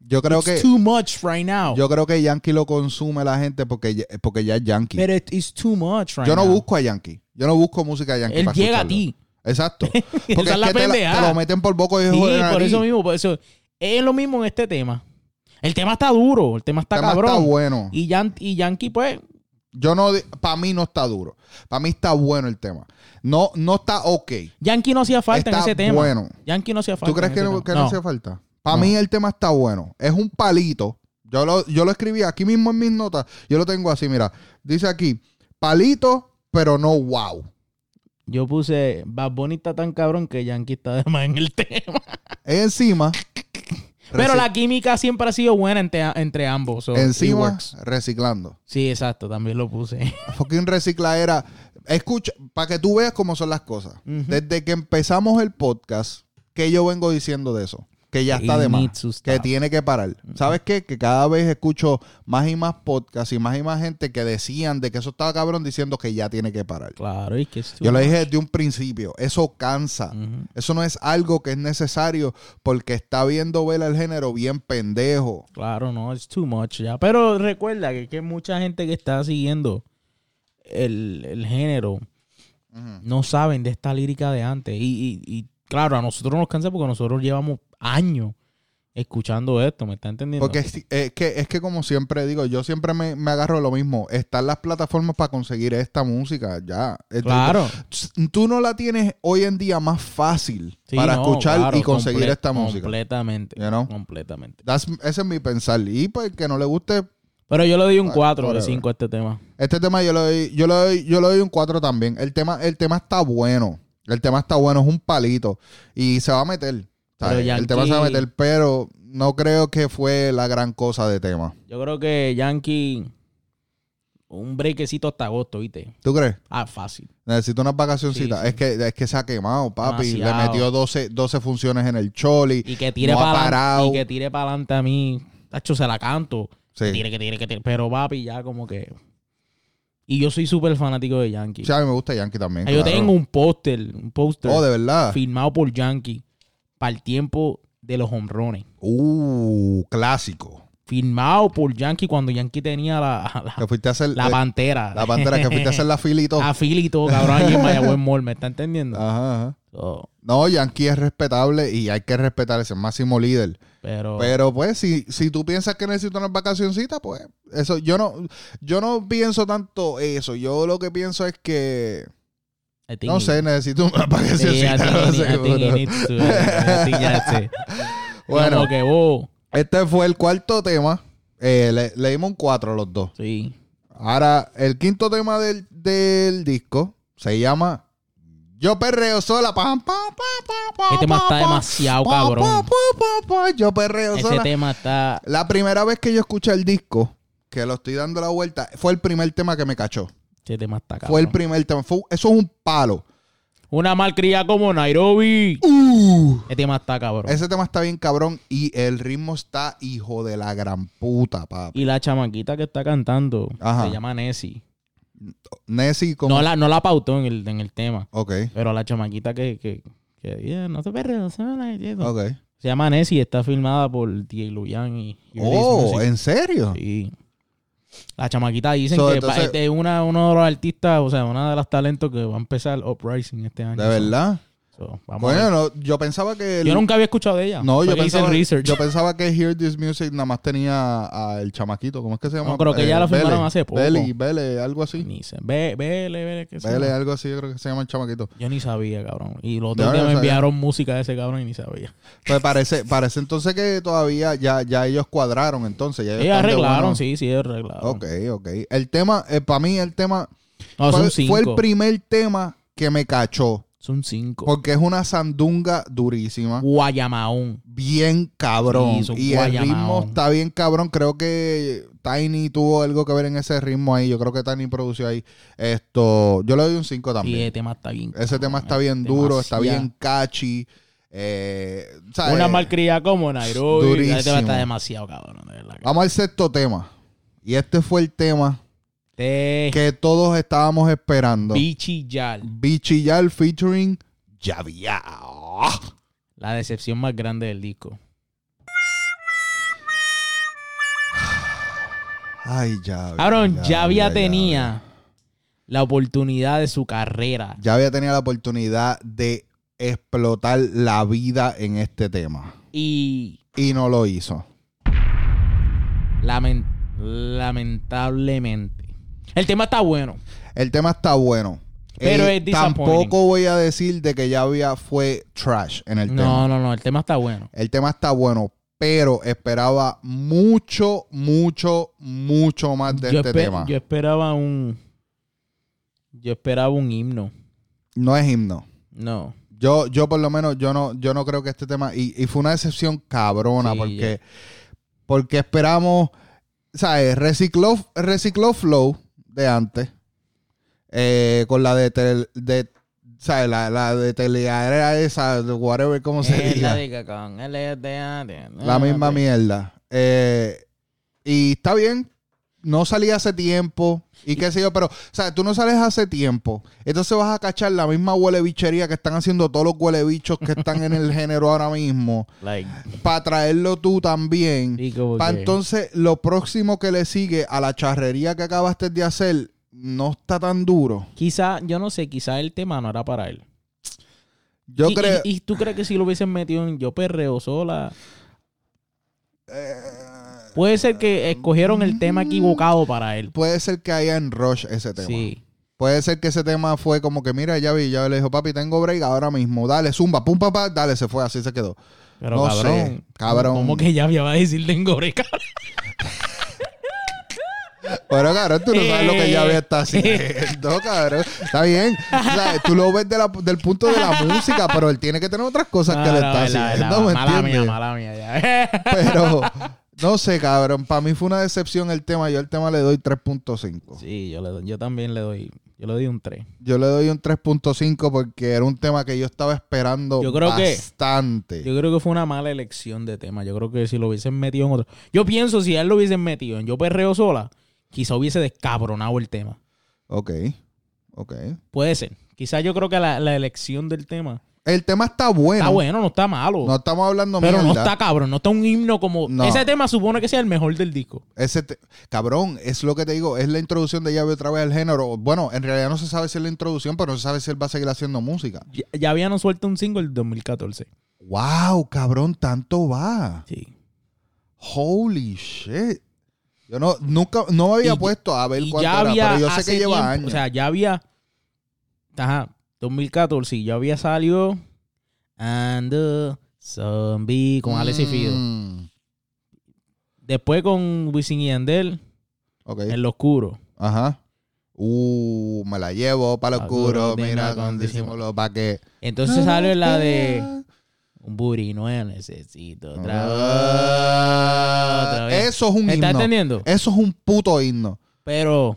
[SPEAKER 2] yo creo
[SPEAKER 1] it's
[SPEAKER 2] que
[SPEAKER 1] too much right now.
[SPEAKER 2] yo creo que Yankee lo consume la gente porque ya, porque ya es Yankee.
[SPEAKER 1] pero it- it's too much right
[SPEAKER 2] yo no
[SPEAKER 1] now.
[SPEAKER 2] busco a Yankee. Yo no busco música de Yankee.
[SPEAKER 1] Él
[SPEAKER 2] para
[SPEAKER 1] llega a
[SPEAKER 2] escucharlo.
[SPEAKER 1] ti.
[SPEAKER 2] Exacto. Porque
[SPEAKER 1] Esa es la
[SPEAKER 2] que te,
[SPEAKER 1] pendeja.
[SPEAKER 2] te lo meten por boca y
[SPEAKER 1] Sí,
[SPEAKER 2] joder,
[SPEAKER 1] por
[SPEAKER 2] nariz.
[SPEAKER 1] eso mismo, por eso. Es lo mismo en este tema. El tema está duro, el tema está
[SPEAKER 2] El tema
[SPEAKER 1] cabrón.
[SPEAKER 2] está bueno.
[SPEAKER 1] y, Yan- y Yankee, pues,
[SPEAKER 2] Yo no, para mí no está duro. Para mí está bueno el tema. No, no está ok.
[SPEAKER 1] Yankee no hacía falta
[SPEAKER 2] Está
[SPEAKER 1] en ese tema.
[SPEAKER 2] bueno.
[SPEAKER 1] Yankee no hacía falta.
[SPEAKER 2] ¿Tú crees
[SPEAKER 1] en
[SPEAKER 2] que
[SPEAKER 1] ese
[SPEAKER 2] no,
[SPEAKER 1] tema.
[SPEAKER 2] que no
[SPEAKER 1] No.
[SPEAKER 2] hace falta? Para
[SPEAKER 1] No.
[SPEAKER 2] mí el tema está bueno. Es un palito. Yo lo, yo lo escribí aquí mismo en mis notas. Yo lo tengo así, mira. Dice aquí, palito, pero no wow.
[SPEAKER 1] Yo puse, Bad Bunny está tan cabrón que Yankee está de más en el tema.
[SPEAKER 2] Encima.
[SPEAKER 1] Pero
[SPEAKER 2] reci-
[SPEAKER 1] la química siempre ha sido buena entre, entre ambos. so it
[SPEAKER 2] Encima,
[SPEAKER 1] works.
[SPEAKER 2] reciclando.
[SPEAKER 1] Sí, exacto, también lo puse.
[SPEAKER 2] Fucking recicladera. Escucha, para que tú veas cómo son las cosas.
[SPEAKER 1] Ujú.
[SPEAKER 2] Desde que empezamos el podcast, que yo vengo diciendo de eso. Que ya está
[SPEAKER 1] It
[SPEAKER 2] de
[SPEAKER 1] needs
[SPEAKER 2] más.
[SPEAKER 1] to stop.
[SPEAKER 2] Que tiene que parar. ¿Sabes qué? Que cada vez escucho más y más podcasts y más y más gente que decían de que eso estaba cabrón diciendo que ya tiene que parar.
[SPEAKER 1] Claro, y que es
[SPEAKER 2] Yo le dije desde un principio, eso cansa.
[SPEAKER 1] Ujú.
[SPEAKER 2] Eso no es algo que es necesario porque está viendo ver al género bien pendejo.
[SPEAKER 1] Claro, no, es too much ya. Pero recuerda que, que mucha gente que está siguiendo el, el género no saben de esta lírica de antes. Y, y- y, claro, a nosotros nos cansa porque nosotros llevamos años escuchando esto, ¿me está entendiendo?
[SPEAKER 2] Porque es, es que, es que como siempre digo, yo siempre me, me agarro lo mismo. Están las plataformas para conseguir esta música, ya. Es-
[SPEAKER 1] claro.
[SPEAKER 2] Tú no la tienes hoy en día más fácil
[SPEAKER 1] Sí,
[SPEAKER 2] para
[SPEAKER 1] no,
[SPEAKER 2] escuchar
[SPEAKER 1] claro,
[SPEAKER 2] y conseguir
[SPEAKER 1] comple-
[SPEAKER 2] esta música.
[SPEAKER 1] Completamente.
[SPEAKER 2] You know?
[SPEAKER 1] Completamente.
[SPEAKER 2] That's- ese es mi pensar. Y pues que no le guste,
[SPEAKER 1] Pero yo le doy un
[SPEAKER 2] Ah,
[SPEAKER 1] 4 de
[SPEAKER 2] whatever.
[SPEAKER 1] 5 a este tema.
[SPEAKER 2] este tema yo le doy, yo le doy, yo le doy un 4 también. El tema, el tema está bueno. El tema está bueno, es un palito. Y se va a meter. ¿sabes?
[SPEAKER 1] Pero Yankee-
[SPEAKER 2] El tema se va a meter, pero no creo que fue la gran cosa de tema.
[SPEAKER 1] Yo creo que Yankee. Un brequecito hasta agosto, ¿viste?
[SPEAKER 2] ¿Tú crees?
[SPEAKER 1] Ah, fácil.
[SPEAKER 2] Necesito unas vacacioncitas.
[SPEAKER 1] Sí, sí.
[SPEAKER 2] Es, que, es que se ha quemado, papi. Le
[SPEAKER 1] Demasiado.
[SPEAKER 2] metió 12, 12 funciones en el choli.
[SPEAKER 1] Y que tire
[SPEAKER 2] No ha
[SPEAKER 1] para
[SPEAKER 2] parado.
[SPEAKER 1] adelante. Y que tire para adelante a mí. Tacho, se la canto.
[SPEAKER 2] Sí.
[SPEAKER 1] Que tire, que tire, que tire. Pero papi, ya como que. Y yo soy súper fanático de Yankee.
[SPEAKER 2] O sea, a mí me gusta Yankee también.
[SPEAKER 1] Ah, yo
[SPEAKER 2] claro.
[SPEAKER 1] tengo un póster, un póster
[SPEAKER 2] Oh, de verdad.
[SPEAKER 1] firmado por Yankee para el tiempo de los hombrones.
[SPEAKER 2] Uh, clásico.
[SPEAKER 1] Firmado por Yankee cuando Yankee tenía la, la,
[SPEAKER 2] Que fuiste a hacer.
[SPEAKER 1] la
[SPEAKER 2] eh,
[SPEAKER 1] pantera. Ah,
[SPEAKER 2] la pantera, que fuiste a hacer la fila y todo.
[SPEAKER 1] A Philly y todo, cabrón, allí en Mayagüez Mall, ¿me está entendiendo?
[SPEAKER 2] Ajá, ajá.
[SPEAKER 1] So,
[SPEAKER 2] No, Yankee es respetable y hay que respetar ese máximo líder.
[SPEAKER 1] pero,
[SPEAKER 2] Pero pues, si, si tú piensas que necesito unas vacacioncitas, pues eso, yo no, yo no pienso tanto eso. Yo lo que pienso es que,
[SPEAKER 1] I think
[SPEAKER 2] no
[SPEAKER 1] he-
[SPEAKER 2] sé, necesito unas
[SPEAKER 1] Sí, I
[SPEAKER 2] vacacioncitas.
[SPEAKER 1] think
[SPEAKER 2] no
[SPEAKER 1] he need- I think he needs
[SPEAKER 2] seguro.
[SPEAKER 1] to. I think ya sé.
[SPEAKER 2] Bueno,
[SPEAKER 1] Como que oh, wow.
[SPEAKER 2] este fue el cuarto tema. Eh, le, le dimos un cuatro a los dos.
[SPEAKER 1] Sí.
[SPEAKER 2] Ahora, el quinto tema del, del disco se llama Yo perreo sola. Pam, pam, pam, pam, pam,
[SPEAKER 1] Este tema
[SPEAKER 2] pam,
[SPEAKER 1] está
[SPEAKER 2] pam,
[SPEAKER 1] demasiado
[SPEAKER 2] pam,
[SPEAKER 1] cabrón.
[SPEAKER 2] pam, pam, pam, pam, Yo perreo
[SPEAKER 1] Ese
[SPEAKER 2] sola.
[SPEAKER 1] tema está.
[SPEAKER 2] La primera vez que yo escuché el disco, que lo estoy dando la vuelta, fue el primer tema que me cachó.
[SPEAKER 1] Ese tema está
[SPEAKER 2] Fue
[SPEAKER 1] cabrón.
[SPEAKER 2] el primer tema. Fue- eso es un palo.
[SPEAKER 1] Una malcría como Nairobi.
[SPEAKER 2] Uh.
[SPEAKER 1] Ese tema está cabrón.
[SPEAKER 2] Ese tema está bien cabrón y el ritmo está hijo de la gran puta, papi.
[SPEAKER 1] Y la chamaquita que está cantando
[SPEAKER 2] Ajá.
[SPEAKER 1] se llama Nessie.
[SPEAKER 2] Nessie como...
[SPEAKER 1] No la, no la pautó en el, en el tema.
[SPEAKER 2] Ok,
[SPEAKER 1] Pero la chamaquita que. que, que yeah, no se perre, no se me la entiendo.
[SPEAKER 2] ok.
[SPEAKER 1] Se llama Nessie y está filmada por DJ Luyan y. y Release
[SPEAKER 2] Oh,
[SPEAKER 1] Music.
[SPEAKER 2] ¿en serio?
[SPEAKER 1] Sí. La chamaquita dicen
[SPEAKER 2] So,
[SPEAKER 1] que
[SPEAKER 2] entonces-
[SPEAKER 1] va- este es una, uno de los artistas, o sea, una de las talentos que va a empezar Uprising este año.
[SPEAKER 2] ¿De verdad?
[SPEAKER 1] So, vamos a ver.
[SPEAKER 2] Bueno, no, yo pensaba que... el-
[SPEAKER 1] Yo nunca había escuchado de ella.
[SPEAKER 2] No,
[SPEAKER 1] Fue
[SPEAKER 2] yo
[SPEAKER 1] que hice el
[SPEAKER 2] pensaba,
[SPEAKER 1] research.
[SPEAKER 2] yo pensaba que Hear This Music nada más tenía al chamaquito. ¿Cómo es que se llama? Eh,
[SPEAKER 1] No, creo que ya la firmaron
[SPEAKER 2] Vélez.
[SPEAKER 1] hace poco.
[SPEAKER 2] Vélez, Vélez, algo así.
[SPEAKER 1] Ni sé. Ve, vele, vele. que sea.
[SPEAKER 2] Vélez, algo así, yo creo que se llama el chamaquito.
[SPEAKER 1] Yo ni sabía, cabrón. Y los
[SPEAKER 2] Yo
[SPEAKER 1] otros
[SPEAKER 2] ah. no
[SPEAKER 1] días me
[SPEAKER 2] sabía.
[SPEAKER 1] enviaron música de ese cabrón y ni sabía.
[SPEAKER 2] Pues parece, parece entonces que todavía ya, ya ellos cuadraron entonces. Ya ellos
[SPEAKER 1] Ellos
[SPEAKER 2] están de
[SPEAKER 1] arreglaron,
[SPEAKER 2] bueno.
[SPEAKER 1] sí, sí, ellos arreglaron.
[SPEAKER 2] Ok, ok. El tema, eh, para mí el tema
[SPEAKER 1] No,
[SPEAKER 2] fue,
[SPEAKER 1] son
[SPEAKER 2] fue el
[SPEAKER 1] cinco.
[SPEAKER 2] primer tema que me cachó.
[SPEAKER 1] son cinco.
[SPEAKER 2] Porque es una sandunga durísima.
[SPEAKER 1] Guayamaón.
[SPEAKER 2] Bien cabrón.
[SPEAKER 1] Sí, son
[SPEAKER 2] y el ritmo
[SPEAKER 1] guayamaón.
[SPEAKER 2] está bien cabrón. Creo que Tiny tuvo algo que ver en ese ritmo ahí. Yo creo que Tiny produció ahí. Esto, yo le doy un 5
[SPEAKER 1] Y
[SPEAKER 2] también.
[SPEAKER 1] el tema está bien.
[SPEAKER 2] Ese
[SPEAKER 1] cabrón,
[SPEAKER 2] tema está
[SPEAKER 1] es
[SPEAKER 2] bien duro, está
[SPEAKER 1] demasiado-
[SPEAKER 2] bien catchy. Eh, ¿sabes?
[SPEAKER 1] Una malcriada como Nairobi. Ese
[SPEAKER 2] Durísimo.
[SPEAKER 1] tema está demasiado, cabrón. De verdad.
[SPEAKER 2] Vamos al sexto tema. Y este fue el tema
[SPEAKER 1] Te-
[SPEAKER 2] que todos estábamos esperando.
[SPEAKER 1] Bichi Yal.
[SPEAKER 2] Bichillar featuring Javier.
[SPEAKER 1] La decepción más grande del disco.
[SPEAKER 2] Ay, Javier.
[SPEAKER 1] Cabrón, Yavia tenía la oportunidad de su carrera.
[SPEAKER 2] ya había tenido la oportunidad de explotar la vida en este tema.
[SPEAKER 1] Y
[SPEAKER 2] Y no lo hizo.
[SPEAKER 1] lamen- lamentablemente. El tema está bueno.
[SPEAKER 2] El tema está bueno. Eh,
[SPEAKER 1] Pero es disappointing.
[SPEAKER 2] Tampoco voy a decir de que Yavia fue trash en el tema.
[SPEAKER 1] No, no, no. El tema está bueno.
[SPEAKER 2] El tema está bueno, pero esperaba mucho, mucho, mucho más de
[SPEAKER 1] yo,
[SPEAKER 2] este
[SPEAKER 1] espe-
[SPEAKER 2] tema.
[SPEAKER 1] yo esperaba un. Yo esperaba un himno.
[SPEAKER 2] No es himno.
[SPEAKER 1] No.
[SPEAKER 2] Yo, yo por lo menos, yo no, yo no creo que este tema. Y, y fue una decepción cabrona,
[SPEAKER 1] Sí,
[SPEAKER 2] porque, porque esperamos, ¿sabes? Recicló, recicló Flow de antes. eh, con la de, tel- de ¿sabes? La, la de teleadera esa, whatever, ¿cómo se
[SPEAKER 1] Es Eh, la
[SPEAKER 2] diga?
[SPEAKER 1] de Cacón, él es de Adrián.
[SPEAKER 2] La misma
[SPEAKER 1] Ok.
[SPEAKER 2] mierda. Eh, y está bien, no salí hace tiempo. Y qué sé yo, pero, o sea, tú no sales hace tiempo. Entonces vas a cachar la misma huelebichería que están haciendo todos los huelebichos que están en el género ahora mismo.
[SPEAKER 1] Like,
[SPEAKER 2] Para traerlo tú también.
[SPEAKER 1] y como
[SPEAKER 2] Para
[SPEAKER 1] que-
[SPEAKER 2] entonces, lo próximo que le sigue a la charrería que acabaste de hacer no está tan duro.
[SPEAKER 1] Quizá, yo no sé, quizá el tema no era para él.
[SPEAKER 2] Yo
[SPEAKER 1] y,
[SPEAKER 2] creo.
[SPEAKER 1] y- y tú crees que si lo hubiesen metido en Yo Perreo sola?
[SPEAKER 2] Eh,
[SPEAKER 1] Puede ser que escogieron el tema equivocado para él.
[SPEAKER 2] Puede ser que haya en Rush ese mm. tema.
[SPEAKER 1] Sí.
[SPEAKER 2] Puede ser que ese tema fue como que, mira, ya vi, ya le dijo, papi, tengo break ahora mismo, dale, zumba, pum, papá, dale, se fue, así se quedó.
[SPEAKER 1] Pero
[SPEAKER 2] No
[SPEAKER 1] cabrón.
[SPEAKER 2] sé, cabrón.
[SPEAKER 1] ¿Cómo que ya va a decir tengo breca?
[SPEAKER 2] Pero, cabrón, tú no sabes lo que ya había
[SPEAKER 1] Eh.
[SPEAKER 2] está haciendo, cabrón. Está bien, o sea, tú lo ves de la- del punto de la música, pero él tiene que tener otras cosas que
[SPEAKER 1] No,
[SPEAKER 2] le
[SPEAKER 1] no,
[SPEAKER 2] está
[SPEAKER 1] es la- es la-
[SPEAKER 2] haciendo, ¿me
[SPEAKER 1] mala mía,
[SPEAKER 2] entiendes?
[SPEAKER 1] mala mía. ya.
[SPEAKER 2] Pero, no sé, cabrón, para mí fue una decepción el tema, yo al tema le doy 3.5.
[SPEAKER 1] sí, yo, le doy- yo también le doy. Yo le doy un 3.
[SPEAKER 2] Yo le doy un 3.5 porque era un tema que yo estaba esperando
[SPEAKER 1] Yo creo que-
[SPEAKER 2] bastante.
[SPEAKER 1] Yo creo que fue una mala elección de tema. Yo creo que si lo hubiesen metido en otro. Yo pienso si a él lo hubiesen metido en Yo Perreo sola, quizá hubiese descabronado el tema.
[SPEAKER 2] Ok, ok.
[SPEAKER 1] Puede ser. Quizá yo creo que la, la elección del tema
[SPEAKER 2] El tema está bueno.
[SPEAKER 1] está bueno, no está malo.
[SPEAKER 2] No estamos hablando
[SPEAKER 1] pero no
[SPEAKER 2] mierda.
[SPEAKER 1] está cabrón, no está un himno como.
[SPEAKER 2] No.
[SPEAKER 1] Ese tema supone que sea el mejor del disco.
[SPEAKER 2] Ese te- Cabrón, es lo que te digo. Es la introducción de llave otra vez al género. Bueno, en realidad no se sabe si es la introducción, pero no se sabe si él va a seguir haciendo música.
[SPEAKER 1] Ya, ya habían suelto un single en 2014.
[SPEAKER 2] ¡Wow, cabrón! Tanto va.
[SPEAKER 1] Sí.
[SPEAKER 2] ¡Holy shit! Yo no, nunca, no me había
[SPEAKER 1] Y-
[SPEAKER 2] puesto a ver
[SPEAKER 1] Y
[SPEAKER 2] cuánto
[SPEAKER 1] ya
[SPEAKER 2] era,
[SPEAKER 1] había.
[SPEAKER 2] pero yo sé
[SPEAKER 1] hace
[SPEAKER 2] que lleva
[SPEAKER 1] tiempo,
[SPEAKER 2] años.
[SPEAKER 1] O sea, ya había. Ajá, 2014. y Ya había salido. And the Zombie con Alexis Fido.
[SPEAKER 2] Mm,
[SPEAKER 1] Después con Wisin y Yandel,
[SPEAKER 2] Ok.
[SPEAKER 1] En lo oscuro.
[SPEAKER 2] Ajá. Uh, me la llevo para lo
[SPEAKER 1] Pa'
[SPEAKER 2] oscuro.
[SPEAKER 1] duro, dime
[SPEAKER 2] Mira, con
[SPEAKER 1] con
[SPEAKER 2] disimulo, para que.
[SPEAKER 1] Entonces sale la de un burino eh, necesito otra otra vez.
[SPEAKER 2] Ah, Eso es un
[SPEAKER 1] ¿Me estás
[SPEAKER 2] himno. Eh,
[SPEAKER 1] entendiendo?
[SPEAKER 2] Eso es un puto himno.
[SPEAKER 1] Pero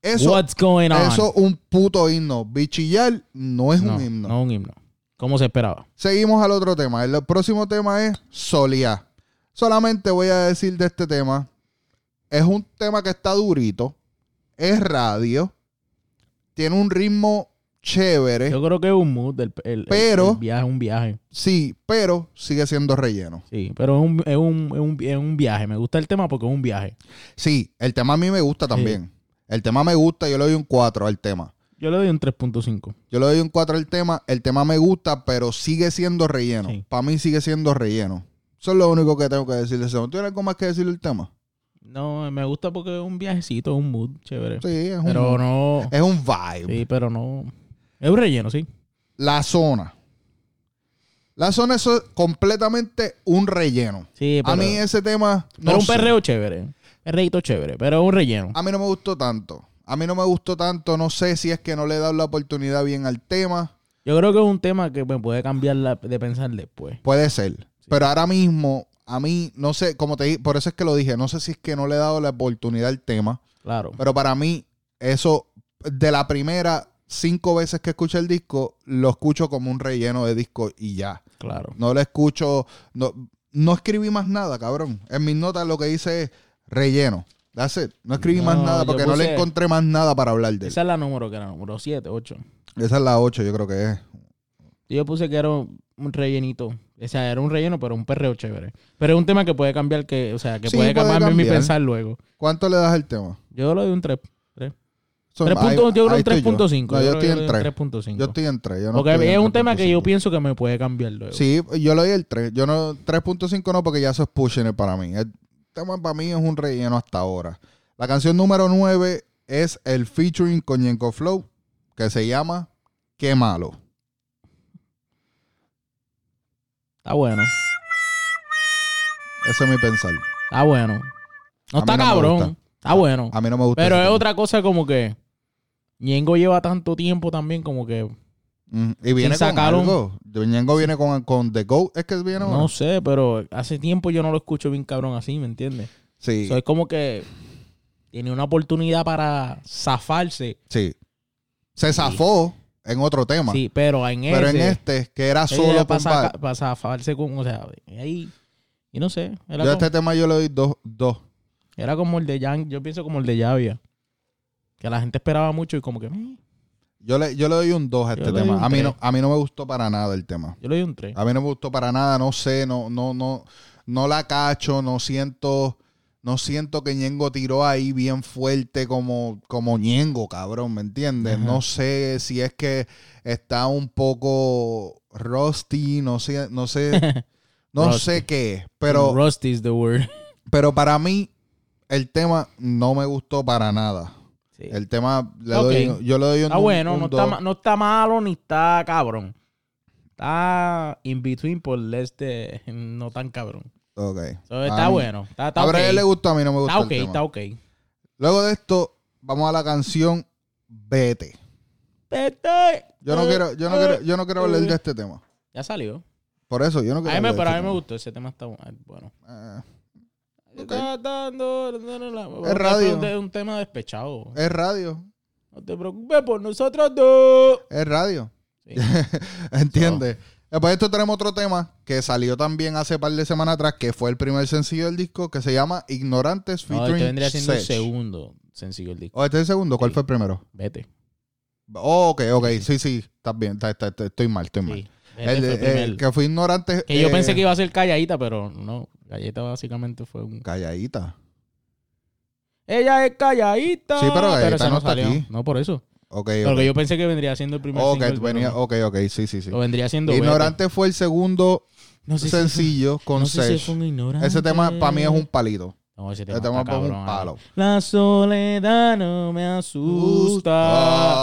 [SPEAKER 2] Eso,
[SPEAKER 1] what's going on?
[SPEAKER 2] eso es un puto himno. Bichillar no es
[SPEAKER 1] no,
[SPEAKER 2] un himno.
[SPEAKER 1] no es un himno. ¿Cómo se esperaba?
[SPEAKER 2] Seguimos al otro tema. El próximo tema es Solia. Solamente voy a decir de este tema. Es un tema que está durito. Es radio. Tiene un ritmo chévere.
[SPEAKER 1] Yo creo que es un mood el, el- el-
[SPEAKER 2] Eh, Pero-
[SPEAKER 1] el viaje es un viaje.
[SPEAKER 2] Sí, pero sigue siendo relleno.
[SPEAKER 1] Sí, pero es un, es, un, es, un, es un viaje. Me gusta el tema porque es un viaje.
[SPEAKER 2] Sí, el tema a mí me gusta también. El tema me gusta, yo le doy un 4 al tema.
[SPEAKER 1] Yo le doy un 3.5.
[SPEAKER 2] Yo le doy un 4 al tema. El tema me gusta, pero sigue siendo relleno.
[SPEAKER 1] Sí.
[SPEAKER 2] Para mí sigue siendo relleno. Eso es lo único que tengo que decirle. Sebo. ¿Tú tienes algo más que decirle el tema?
[SPEAKER 1] No, me gusta porque es un viajecito, es un mood chévere.
[SPEAKER 2] Sí, es un, Eh,
[SPEAKER 1] pero no.
[SPEAKER 2] es un vibe.
[SPEAKER 1] Sí, pero no. Es un relleno, sí.
[SPEAKER 2] La zona. La zona es completamente un relleno.
[SPEAKER 1] Sí, pero,
[SPEAKER 2] a mí ese tema...
[SPEAKER 1] pero
[SPEAKER 2] no
[SPEAKER 1] un
[SPEAKER 2] sé. Ah.
[SPEAKER 1] perreo chévere. Perreito chévere, pero es un relleno.
[SPEAKER 2] A mí no me gustó tanto. A mí no me gustó tanto. No sé si es que no le he dado la oportunidad bien al tema.
[SPEAKER 1] Yo creo que es un tema que me puede cambiar la- de pensar después.
[SPEAKER 2] Puede ser. Pero ahora mismo, a mí, no sé, como te dije, por eso es que lo dije, no sé si es que no le he dado la oportunidad al tema.
[SPEAKER 1] Claro.
[SPEAKER 2] Pero para mí, eso, de la primera cinco veces que escuché el disco, lo escucho como un relleno de disco y ya.
[SPEAKER 1] Claro.
[SPEAKER 2] No lo escucho, no, no escribí más nada, cabrón. En mis notas lo que dice es relleno. That's it. No escribí más
[SPEAKER 1] No,
[SPEAKER 2] nada
[SPEAKER 1] yo
[SPEAKER 2] porque no le
[SPEAKER 1] puse-
[SPEAKER 2] encontré más nada para hablar de él.
[SPEAKER 1] Esa es la número que era, número 7, 8.
[SPEAKER 2] Esa es la 8, yo creo que es.
[SPEAKER 1] Yo puse que era un un rellenito. O sea, era un relleno, pero un perreo chévere. Pero es un tema que puede cambiar, que, o sea, que
[SPEAKER 2] Sí,
[SPEAKER 1] puede,
[SPEAKER 2] puede
[SPEAKER 1] cambiarme mi
[SPEAKER 2] cambiar.
[SPEAKER 1] pensar luego.
[SPEAKER 2] ¿Cuánto le das al tema?
[SPEAKER 1] Yo le doy un 3. 3.
[SPEAKER 2] Son- ahí-
[SPEAKER 1] yo creo un
[SPEAKER 2] ahí estoy yo.
[SPEAKER 1] 3.5.
[SPEAKER 2] No, yo,
[SPEAKER 1] creo que
[SPEAKER 2] estoy
[SPEAKER 1] le
[SPEAKER 2] en
[SPEAKER 1] doy un
[SPEAKER 2] 3.
[SPEAKER 1] 3.5.
[SPEAKER 2] Yo estoy en 3. Yo no
[SPEAKER 1] Porque
[SPEAKER 2] estoy en
[SPEAKER 1] es un tema que yo
[SPEAKER 2] 3.5.
[SPEAKER 1] pienso que me puede cambiar luego.
[SPEAKER 2] Sí, yo le doy el 3. Yo no, 3.5 no, porque ya eso es pushing it para mí. El tema para mí es un relleno hasta ahora. La canción número 9 es el featuring con Yenko Flow, que se llama Qué malo.
[SPEAKER 1] Está bueno.
[SPEAKER 2] Ese es mi pensar.
[SPEAKER 1] Está bueno. No
[SPEAKER 2] A
[SPEAKER 1] está
[SPEAKER 2] mí no me
[SPEAKER 1] cabrón.
[SPEAKER 2] gusta.
[SPEAKER 1] Está bueno.
[SPEAKER 2] A mí no me gusta.
[SPEAKER 1] Pero
[SPEAKER 2] ese
[SPEAKER 1] es
[SPEAKER 2] tema.
[SPEAKER 1] otra cosa como que. Ñengo lleva tanto tiempo también como que.
[SPEAKER 2] Mm, Y viene con
[SPEAKER 1] sacar un-
[SPEAKER 2] algo. Yenko viene con, con The Go. Es que viene ahora?
[SPEAKER 1] No sé, pero hace tiempo yo no lo escucho bien cabrón así, ¿me entiendes?
[SPEAKER 2] Sí,
[SPEAKER 1] So, es como que tiene una oportunidad para zafarse.
[SPEAKER 2] sí. Se zafó en otro tema.
[SPEAKER 1] Sí, pero en
[SPEAKER 2] pero en
[SPEAKER 1] ese,
[SPEAKER 2] este, que era
[SPEAKER 1] ella
[SPEAKER 2] solo con
[SPEAKER 1] para, saca-
[SPEAKER 2] Bad.
[SPEAKER 1] para zafarse con, o sea, ahí, y no sé, era,
[SPEAKER 2] Yo a
[SPEAKER 1] como,
[SPEAKER 2] este tema yo le doy dos. dos.
[SPEAKER 1] era como el de Yang, yo pienso como el de Llavia, que la gente esperaba mucho y como que, mm,
[SPEAKER 2] Yo le, yo le doy un 2 a
[SPEAKER 1] Yo le
[SPEAKER 2] este
[SPEAKER 1] doy
[SPEAKER 2] tema.
[SPEAKER 1] un
[SPEAKER 2] A mí, no,
[SPEAKER 1] tres.
[SPEAKER 2] a mí no me gustó para nada el tema.
[SPEAKER 1] yo le doy un 3.
[SPEAKER 2] A mí no me gustó para nada, no sé, no, no, no, no la cacho, no siento, no siento que Ñengo tiró ahí bien fuerte como, como Ñengo, cabrón, ¿me entiendes?
[SPEAKER 1] Ajá.
[SPEAKER 2] No sé si es que está un poco rusty, no sé, no sé, no
[SPEAKER 1] Rusty.
[SPEAKER 2] sé qué, es, pero
[SPEAKER 1] Mm, Rusty is the word.
[SPEAKER 2] pero para mí, el tema no me gustó para nada.
[SPEAKER 1] Sí.
[SPEAKER 2] El tema, le
[SPEAKER 1] Ok.
[SPEAKER 2] doy, yo le doy un
[SPEAKER 1] Está Ah, bueno,
[SPEAKER 2] un
[SPEAKER 1] no, está,
[SPEAKER 2] dos.
[SPEAKER 1] ma- no está malo ni está cabrón. Está in between por este no tan cabrón.
[SPEAKER 2] Ok.
[SPEAKER 1] So, está
[SPEAKER 2] A mí-
[SPEAKER 1] bueno, está, está
[SPEAKER 2] Ah, A
[SPEAKER 1] ok.
[SPEAKER 2] Brian le gustó, a mí no me gustó
[SPEAKER 1] Está
[SPEAKER 2] el
[SPEAKER 1] ok,
[SPEAKER 2] tema.
[SPEAKER 1] está ok.
[SPEAKER 2] Luego de esto, vamos a la canción Vete.
[SPEAKER 1] Vete.
[SPEAKER 2] Yo no
[SPEAKER 1] Eh,
[SPEAKER 2] quiero, yo no
[SPEAKER 1] eh.
[SPEAKER 2] quiero, yo no quiero hablar de este tema.
[SPEAKER 1] Ya salió.
[SPEAKER 2] Por eso, yo no quiero
[SPEAKER 1] A mí, me-
[SPEAKER 2] hablar de
[SPEAKER 1] pero a
[SPEAKER 2] este
[SPEAKER 1] mí me
[SPEAKER 2] tema.
[SPEAKER 1] gustó ese tema, está bu- eh, bueno.
[SPEAKER 2] Eh,
[SPEAKER 1] Está dando- la- la- la-
[SPEAKER 2] Es radio. Eh.
[SPEAKER 1] Es un, es un tema despechado.
[SPEAKER 2] es radio,
[SPEAKER 1] No te preocupes por nosotros dos.
[SPEAKER 2] es radio.
[SPEAKER 1] Sí.
[SPEAKER 2] ¿Entiendes? Después de esto tenemos otro tema que salió también hace par de semanas atrás, que fue el primer sencillo del disco, que se llama Ignorantes
[SPEAKER 1] No, este
[SPEAKER 2] featuring
[SPEAKER 1] vendría siendo el
[SPEAKER 2] Sech.
[SPEAKER 1] segundo sencillo del disco.
[SPEAKER 2] ¿O este es el segundo? ¿Cuál
[SPEAKER 1] Sí.
[SPEAKER 2] fue el primero?
[SPEAKER 1] Vete.
[SPEAKER 2] Oh, ok, ok. Sí, sí. Estás bien. está- está- está- estoy mal, estoy mal.
[SPEAKER 1] Sí. Vete
[SPEAKER 2] El,
[SPEAKER 1] fue
[SPEAKER 2] el-
[SPEAKER 1] el primer.
[SPEAKER 2] el que fue ignorante.
[SPEAKER 1] Que yo
[SPEAKER 2] eh,
[SPEAKER 1] pensé que iba a ser calladita, pero no. Galleta básicamente fue un.
[SPEAKER 2] Calladita.
[SPEAKER 1] Ella es calladita.
[SPEAKER 2] Sí, pero Galladita
[SPEAKER 1] esa
[SPEAKER 2] no está aquí.
[SPEAKER 1] No, por eso.
[SPEAKER 2] Ok, ok.
[SPEAKER 1] Porque yo pensé que vendría siendo el primer
[SPEAKER 2] Ok,
[SPEAKER 1] single, pero
[SPEAKER 2] venía-
[SPEAKER 1] no.
[SPEAKER 2] ok, ok. Sí, sí, sí.
[SPEAKER 1] Lo vendría siendo Vete.
[SPEAKER 2] Ignorante fue el segundo
[SPEAKER 1] No sé si
[SPEAKER 2] sencillo
[SPEAKER 1] fue-
[SPEAKER 2] con
[SPEAKER 1] no sé si
[SPEAKER 2] Sech.
[SPEAKER 1] fue un ignorante.
[SPEAKER 2] Ese tema para mí es un palito.
[SPEAKER 1] No, ese tema
[SPEAKER 2] Ese tema
[SPEAKER 1] está
[SPEAKER 2] es un
[SPEAKER 1] cabrón, eh.
[SPEAKER 2] palo.
[SPEAKER 1] Ale. La soledad no me asusta.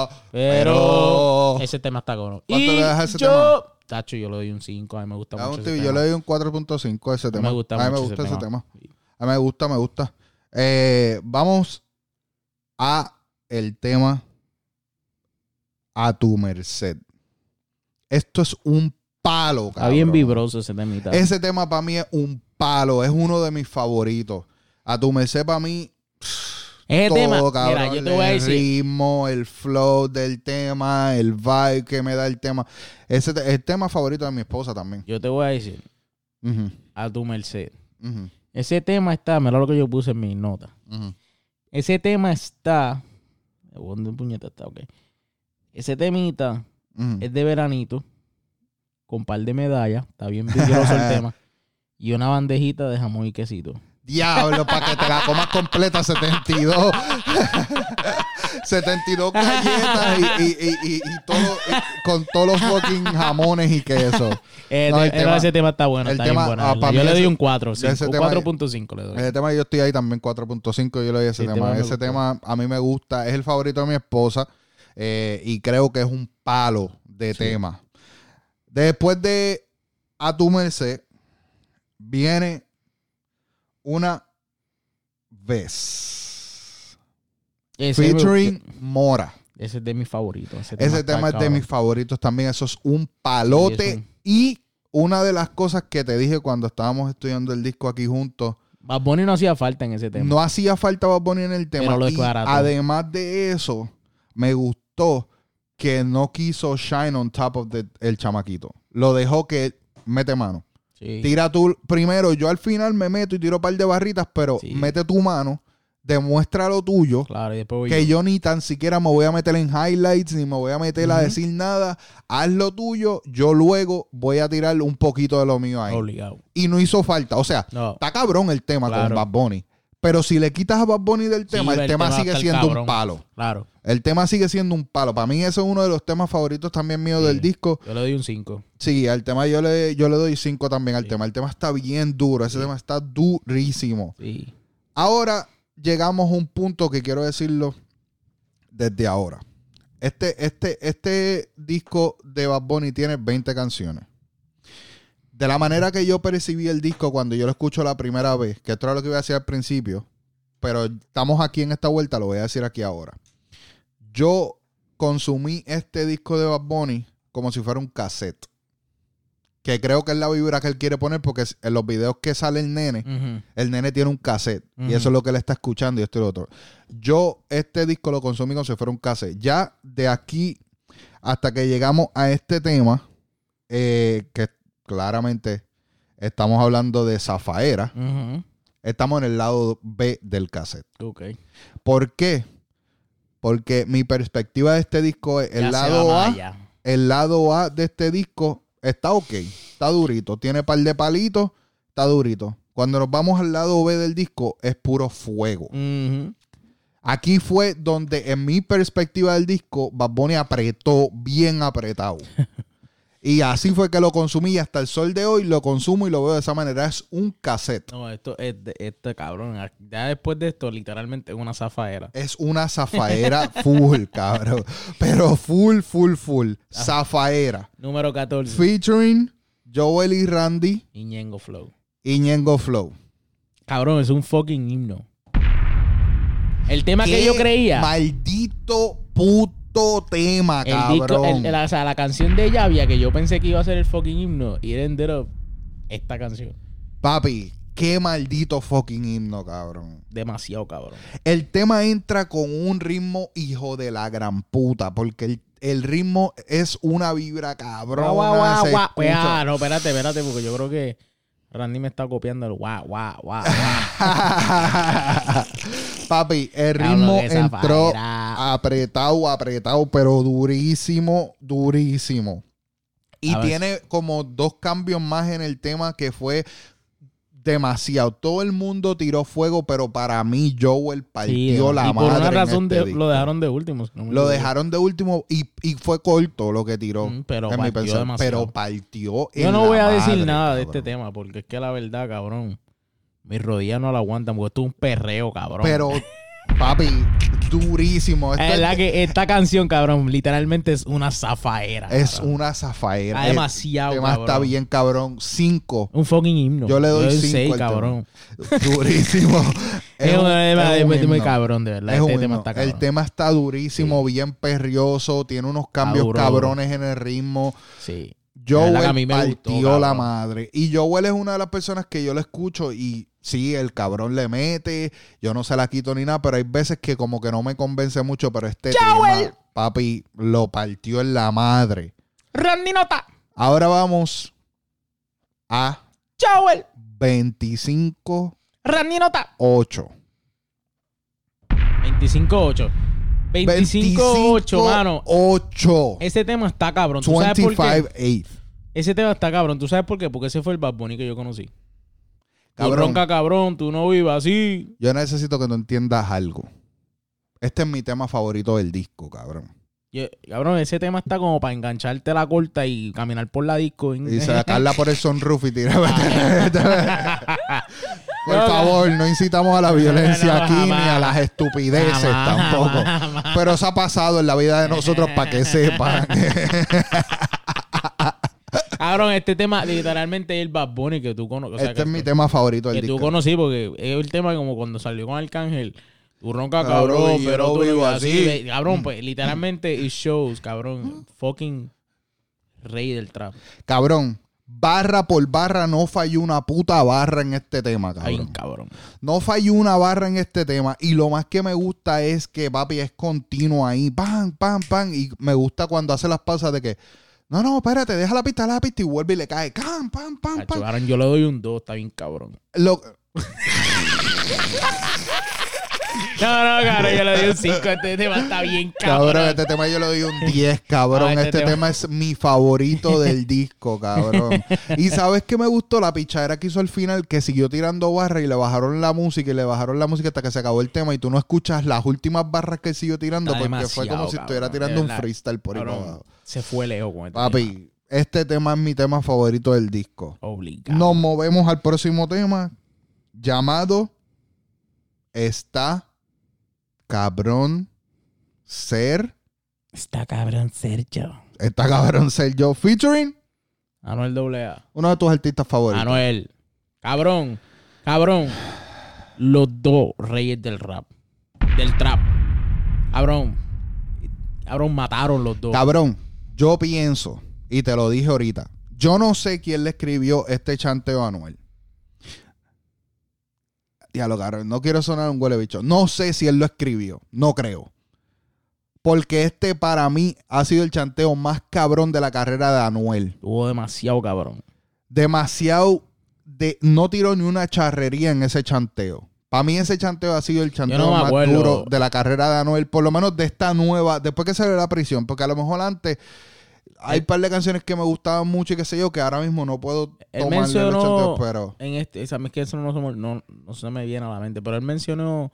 [SPEAKER 2] Gusta,
[SPEAKER 1] pero... Ese tema está cabrón.
[SPEAKER 2] ¿Cuánto
[SPEAKER 1] Y
[SPEAKER 2] le das a ese
[SPEAKER 1] yo... Tacho, yo le doy un 5. A mí me gusta
[SPEAKER 2] A
[SPEAKER 1] mucho
[SPEAKER 2] un
[SPEAKER 1] ese
[SPEAKER 2] tío,
[SPEAKER 1] tema.
[SPEAKER 2] yo le doy un 4.5 a ese tema.
[SPEAKER 1] me gusta
[SPEAKER 2] a mí me
[SPEAKER 1] mucho
[SPEAKER 2] gusta
[SPEAKER 1] ese
[SPEAKER 2] ese
[SPEAKER 1] tema.
[SPEAKER 2] tema. A mí me gusta, me gusta. Eh, vamos a el tema A tu merced. Esto es un palo,
[SPEAKER 1] Está bien
[SPEAKER 2] cabrón.
[SPEAKER 1] vibroso ese temita.
[SPEAKER 2] Ese tema para mí es un palo, es uno de mis favoritos. A tu merced para mí
[SPEAKER 1] Ese
[SPEAKER 2] todo,
[SPEAKER 1] tema...
[SPEAKER 2] cabrón.
[SPEAKER 1] Mira, yo te voy a
[SPEAKER 2] el
[SPEAKER 1] decir...
[SPEAKER 2] ritmo, el flow del tema, el vibe que me da el tema. Ese te- el tema favorito de mi esposa también.
[SPEAKER 1] Yo te voy a decir...
[SPEAKER 2] Ujú,
[SPEAKER 1] A tu merced.
[SPEAKER 2] ujú,
[SPEAKER 1] Ese tema está... Mira lo que yo puse en mis notas.
[SPEAKER 2] ujú.
[SPEAKER 1] Ese tema está... ¿Dónde puñeta está? Ok. Ese temita...
[SPEAKER 2] Ujú.
[SPEAKER 1] es de veranito, con par de medallas, está bien vigoroso el tema, y una bandejita de jamón y quesito.
[SPEAKER 2] Diablo, para que te la comas completa 72. 72 galletas y, y, y, y, y todo, y- con todos los fucking jamones y queso.
[SPEAKER 1] Eh,
[SPEAKER 2] No,
[SPEAKER 1] te-
[SPEAKER 2] el
[SPEAKER 1] eh,
[SPEAKER 2] tema-
[SPEAKER 1] ese tema está bueno,
[SPEAKER 2] el
[SPEAKER 1] está
[SPEAKER 2] tema-
[SPEAKER 1] bien bueno.
[SPEAKER 2] ah,
[SPEAKER 1] ¿verdad?
[SPEAKER 2] para
[SPEAKER 1] yo
[SPEAKER 2] mí
[SPEAKER 1] le doy
[SPEAKER 2] ese-
[SPEAKER 1] un 4, sí,
[SPEAKER 2] ese
[SPEAKER 1] un
[SPEAKER 2] tema- eh,
[SPEAKER 1] 4.5 le doy.
[SPEAKER 2] Ese tema yo estoy ahí también, 4.5, yo le doy ese
[SPEAKER 1] Sí, el
[SPEAKER 2] tema.
[SPEAKER 1] tema me
[SPEAKER 2] ese
[SPEAKER 1] gustó.
[SPEAKER 2] tema a mí me gusta, es el favorito de mi esposa eh, y creo que es un palo de tema. Después de A tu merced, viene una vez.
[SPEAKER 1] Ese me gustó.
[SPEAKER 2] Featuring Mora.
[SPEAKER 1] Ese es de mis favoritos. Ese tema,
[SPEAKER 2] Ese
[SPEAKER 1] está
[SPEAKER 2] tema es de
[SPEAKER 1] cabrón.
[SPEAKER 2] mis favoritos también. Eso es un palote.
[SPEAKER 1] Sí, eso.
[SPEAKER 2] Y una de las cosas que te dije cuando estábamos estudiando el disco aquí juntos,
[SPEAKER 1] Bad Bunny no hacía falta en ese tema.
[SPEAKER 2] no hacía falta Bad Bunny en el tema.
[SPEAKER 1] Pero lo
[SPEAKER 2] Y
[SPEAKER 1] desbarató.
[SPEAKER 2] además de eso, me gustó que no quiso Shine on top of the- el chamaquito. Lo dejó que mete mano.
[SPEAKER 1] Sí.
[SPEAKER 2] Tira tú primero. Yo al final me meto y tiro un par de barritas, pero
[SPEAKER 1] Sí.
[SPEAKER 2] mete tu mano, demuestra lo tuyo.
[SPEAKER 1] Claro, y después voy
[SPEAKER 2] Que
[SPEAKER 1] yo.
[SPEAKER 2] yo ni tan siquiera me voy a meter en highlights, ni me voy a meter a
[SPEAKER 1] Ujú.
[SPEAKER 2] decir nada. Haz lo tuyo, yo luego voy a tirar un poquito de lo mío ahí.
[SPEAKER 1] Obligado.
[SPEAKER 2] Y no hizo falta. O sea,
[SPEAKER 1] No.
[SPEAKER 2] está cabrón el tema
[SPEAKER 1] Claro.
[SPEAKER 2] con Bad Bunny. Pero si le quitas a Bad Bunny del
[SPEAKER 1] Sí,
[SPEAKER 2] tema, el,
[SPEAKER 1] el
[SPEAKER 2] tema,
[SPEAKER 1] tema
[SPEAKER 2] sigue
[SPEAKER 1] está el
[SPEAKER 2] siendo
[SPEAKER 1] cabrón.
[SPEAKER 2] un palo.
[SPEAKER 1] Claro.
[SPEAKER 2] El tema sigue siendo un palo. Para mí ese es uno de los temas favoritos también mío
[SPEAKER 1] Sí.
[SPEAKER 2] del disco.
[SPEAKER 1] Yo le doy un 5.
[SPEAKER 2] Sí, al tema yo le, yo le doy cinco también al
[SPEAKER 1] Sí.
[SPEAKER 2] tema. El tema está bien duro. Ese
[SPEAKER 1] Sí.
[SPEAKER 2] tema está durísimo.
[SPEAKER 1] Sí.
[SPEAKER 2] Ahora llegamos a un punto que quiero decirlo desde ahora. Este, este, este disco de Bad Bunny tiene 20 canciones. De la manera que yo percibí el disco cuando yo lo escucho la primera vez, que esto era lo que iba a decir al principio, pero estamos aquí en esta vuelta, lo voy a decir aquí ahora. Yo consumí este disco de Bad Bunny como si fuera un cassette. Que creo que es la vibra que él quiere poner porque es- en los videos que sale el nene,
[SPEAKER 1] Ujú.
[SPEAKER 2] el nene tiene un cassette y
[SPEAKER 1] Ujú.
[SPEAKER 2] eso es lo que él está escuchando y esto y lo otro. Yo este disco lo consumí como si fuera un cassette. Ya de aquí hasta que llegamos a este tema, eh, que claramente estamos hablando de Zafaera,
[SPEAKER 1] Ujú.
[SPEAKER 2] estamos en el lado B del cassette.
[SPEAKER 1] Ok.
[SPEAKER 2] ¿Por qué? Porque mi perspectiva de este disco es
[SPEAKER 1] Ya se
[SPEAKER 2] el lado
[SPEAKER 1] va
[SPEAKER 2] A
[SPEAKER 1] más allá.
[SPEAKER 2] el lado A de este disco está ok, está durito, tiene par de palitos, está durito. Cuando nos vamos al lado B del disco es puro fuego.
[SPEAKER 1] Ujú.
[SPEAKER 2] Aquí fue donde en mi perspectiva del disco Bad Bunny apretó bien apretado. Y así fue que lo consumí y hasta el sol de hoy lo consumo y lo veo de esa manera. Es un cassette.
[SPEAKER 1] No, esto es de- este cabrón. Ya después de esto, literalmente es una zafaera.
[SPEAKER 2] Es una zafaera full, cabrón. Pero full, full, full. Zafaera.
[SPEAKER 1] Número 14.
[SPEAKER 2] Featuring Joel y Randy
[SPEAKER 1] Iñengo Flow.
[SPEAKER 2] y Ñengo Flow.
[SPEAKER 1] Cabrón, es un fucking himno. El tema que
[SPEAKER 2] ¿Qué
[SPEAKER 1] yo creía.
[SPEAKER 2] Maldito puto tema,
[SPEAKER 1] el disco,
[SPEAKER 2] cabrón.
[SPEAKER 1] el- el- o sea, la canción de Llavia que yo pensé que iba a ser el fucking himno. Y it ended up esta canción.
[SPEAKER 2] Papi, qué maldito fucking himno, cabrón.
[SPEAKER 1] Demasiado cabrón.
[SPEAKER 2] El tema entra con un ritmo hijo de la gran puta, porque el, el ritmo es una vibra cabrón.
[SPEAKER 1] Guau, guau, guau, guau. Pues, ah, no, espérate, espérate, porque yo creo que Randy me está copiando el guau, guau, guau. guau.
[SPEAKER 2] Papi, el
[SPEAKER 1] Cabrón,
[SPEAKER 2] ritmo
[SPEAKER 1] esa
[SPEAKER 2] entró
[SPEAKER 1] vaina.
[SPEAKER 2] apretado, apretado, pero durísimo, durísimo. Y
[SPEAKER 1] A ver.
[SPEAKER 2] tiene como dos cambios más en el tema que fue demasiado. Todo el mundo tiró fuego, pero para mí Joel
[SPEAKER 1] Sí,
[SPEAKER 2] partió la
[SPEAKER 1] y por
[SPEAKER 2] madre.
[SPEAKER 1] una
[SPEAKER 2] en
[SPEAKER 1] razón
[SPEAKER 2] este
[SPEAKER 1] de-
[SPEAKER 2] disco.
[SPEAKER 1] lo dejaron de último. si no me
[SPEAKER 2] Lo
[SPEAKER 1] equivoco.
[SPEAKER 2] dejaron de último y, y fue corto lo que tiró.
[SPEAKER 1] Mm, pero
[SPEAKER 2] en mi
[SPEAKER 1] partió
[SPEAKER 2] pensar.
[SPEAKER 1] demasiado.
[SPEAKER 2] Pero
[SPEAKER 1] Yo
[SPEAKER 2] partió. en
[SPEAKER 1] no
[SPEAKER 2] la
[SPEAKER 1] voy a decir
[SPEAKER 2] madre,
[SPEAKER 1] nada de
[SPEAKER 2] cabrón.
[SPEAKER 1] este tema, porque es que la verdad, cabrón, mis rodillas no la aguantan, porque esto es un perreo, cabrón.
[SPEAKER 2] Pero, papi, durísimo.
[SPEAKER 1] es
[SPEAKER 2] Esto es-
[SPEAKER 1] verdad que esta canción, cabrón, literalmente es una zafaera.
[SPEAKER 2] Es
[SPEAKER 1] cabrón.
[SPEAKER 2] una zafaera.
[SPEAKER 1] Está demasiado,
[SPEAKER 2] El tema está
[SPEAKER 1] cabrón.
[SPEAKER 2] bien, cabrón. Cinco.
[SPEAKER 1] Un fucking himno.
[SPEAKER 2] Yo le doy
[SPEAKER 1] un
[SPEAKER 2] cinco
[SPEAKER 1] seis,
[SPEAKER 2] al tema.
[SPEAKER 1] cabrón.
[SPEAKER 2] Durísimo.
[SPEAKER 1] Es,
[SPEAKER 2] un-
[SPEAKER 1] un, este tema
[SPEAKER 2] es un
[SPEAKER 1] muy
[SPEAKER 2] himno.
[SPEAKER 1] cabrón, de verdad.
[SPEAKER 2] Es un
[SPEAKER 1] este tema
[SPEAKER 2] himno.
[SPEAKER 1] está cabrón.
[SPEAKER 2] El tema está durísimo, bien perrioso. Tiene unos cambios
[SPEAKER 1] duro,
[SPEAKER 2] cabrones en el ritmo.
[SPEAKER 1] Sí. La
[SPEAKER 2] Joel
[SPEAKER 1] verdad que a mí me
[SPEAKER 2] partió
[SPEAKER 1] gustó, cabrón.
[SPEAKER 2] la madre. Y Joel es una de las personas que yo le escucho y sí, el cabrón le mete. Yo no se la quito ni nada, pero hay veces que como que no me convence mucho. Pero este tema, papi, lo partió en la madre.
[SPEAKER 1] Randy Nota.
[SPEAKER 2] Ahora vamos a
[SPEAKER 1] Joel.
[SPEAKER 2] 25-8.
[SPEAKER 1] Randy Nota. 25-8. 25-8, mano.
[SPEAKER 2] 8.
[SPEAKER 1] Ese tema está cabrón. ¿Tú sabes por qué?
[SPEAKER 2] 25-8.
[SPEAKER 1] Ese tema está cabrón. ¿Tú sabes por qué? Porque ese fue el Bad Bunny que yo conocí. Tú
[SPEAKER 2] Cabrón.
[SPEAKER 1] ronca, cabrón. Tú no vivas así.
[SPEAKER 2] Yo necesito que tú entiendas algo. Este es mi tema favorito del disco, cabrón.
[SPEAKER 1] Yo- cabrón, ese tema está como para engancharte la corta y caminar por la disco. ¿eh?
[SPEAKER 2] Y sacarla por el sunroof y tirarla. por favor, no incitamos a la
[SPEAKER 1] No,
[SPEAKER 2] violencia
[SPEAKER 1] no,
[SPEAKER 2] aquí ni
[SPEAKER 1] jamás.
[SPEAKER 2] a las estupideces
[SPEAKER 1] Jamás,
[SPEAKER 2] tampoco.
[SPEAKER 1] jamás, jamás.
[SPEAKER 2] Pero eso ha pasado en la vida de nosotros para que sepan.
[SPEAKER 1] Cabrón, este tema literalmente es el Bad Bunny que tú conoces.
[SPEAKER 2] este es mi tema favorito del
[SPEAKER 1] Que tú
[SPEAKER 2] disco.
[SPEAKER 1] conocí porque es el tema como cuando salió con Arcángel. Tú ronca,
[SPEAKER 2] Cabrón,
[SPEAKER 1] cabrón,
[SPEAKER 2] y yo
[SPEAKER 1] pero
[SPEAKER 2] no
[SPEAKER 1] tú no
[SPEAKER 2] vivo
[SPEAKER 1] vives
[SPEAKER 2] así. Mm.
[SPEAKER 1] así. ve- Cabrón, pues literalmente it shows, cabrón. Fucking rey del trap.
[SPEAKER 2] Cabrón, barra por barra no falló una puta barra en este tema,
[SPEAKER 1] Ay,
[SPEAKER 2] cabrón.
[SPEAKER 1] cabrón.
[SPEAKER 2] No falló una barra en este tema. Y lo más que me gusta es que papi es continuo ahí. Pam, pam, pam. Y me gusta cuando hace las pausas de que. No, no, espérate, deja la pista, deja la pista y vuelve y le cae. Pam, pam, pam,
[SPEAKER 1] Cacho, ah.
[SPEAKER 2] pam.
[SPEAKER 1] cabrón, yo le doy un 2, está bien cabrón.
[SPEAKER 2] Lo-
[SPEAKER 1] No, no, cabrón, yo le doy un 5 a este tema, está bien cabrón.
[SPEAKER 2] Cabrón, este tema yo le doy un 10, cabrón.
[SPEAKER 1] No, este
[SPEAKER 2] este
[SPEAKER 1] tema-
[SPEAKER 2] tema es mi favorito del disco, cabrón. Y sabes que me gustó la pichadera que hizo al final, que siguió tirando barra y le bajaron la música y le bajaron la música hasta que se acabó el tema y tú no escuchas las últimas barras que él siguió tirando
[SPEAKER 1] Está
[SPEAKER 2] porque fue como
[SPEAKER 1] demasiado,
[SPEAKER 2] si estuviera
[SPEAKER 1] cabrón,
[SPEAKER 2] tirando
[SPEAKER 1] de
[SPEAKER 2] un
[SPEAKER 1] verdad.
[SPEAKER 2] freestyle por ahí para
[SPEAKER 1] Cabrón,
[SPEAKER 2] abajo.
[SPEAKER 1] se fue lejos con este tema.
[SPEAKER 2] Papi, este tema es mi tema favorito del disco.
[SPEAKER 1] Obligado.
[SPEAKER 2] Nos movemos al próximo tema llamado Está cabrón ser
[SPEAKER 1] Está cabrón Sergio.
[SPEAKER 2] Está cabrón ser yo featuring
[SPEAKER 1] Anuel AA.
[SPEAKER 2] uno de tus artistas favoritos.
[SPEAKER 1] Anuel. Cabrón. Cabrón. Los dos reyes del rap. Del trap. Cabrón. Cabrón, mataron los dos.
[SPEAKER 2] Cabrón, yo pienso, y te lo dije ahorita, yo no sé quién le escribió este chanteo a Anuel. Diablo, cabrón, no quiero sonar un huele bicho. No sé si él lo escribió, no creo. Porque este para mí ha sido el chanteo más cabrón de la carrera de Anuel.
[SPEAKER 1] Tuvo demasiado cabrón.
[SPEAKER 2] Demasiado de no tiró ni una charrería en ese chanteo. Para mí ese chanteo ha sido el chanteo
[SPEAKER 1] me
[SPEAKER 2] más
[SPEAKER 1] acuerdo.
[SPEAKER 2] duro de la carrera de Anuel, por lo menos de esta nueva, después que salió de la prisión, porque a lo mejor antes hay
[SPEAKER 1] Eh.
[SPEAKER 2] un par de canciones que me gustaban mucho y qué sé yo, que ahora mismo no puedo
[SPEAKER 1] Él
[SPEAKER 2] tomarle
[SPEAKER 1] mencionó-
[SPEAKER 2] los chanteos, pero
[SPEAKER 1] En este, sabes que eso no, se me- no, no se me viene a la mente, pero él mencionó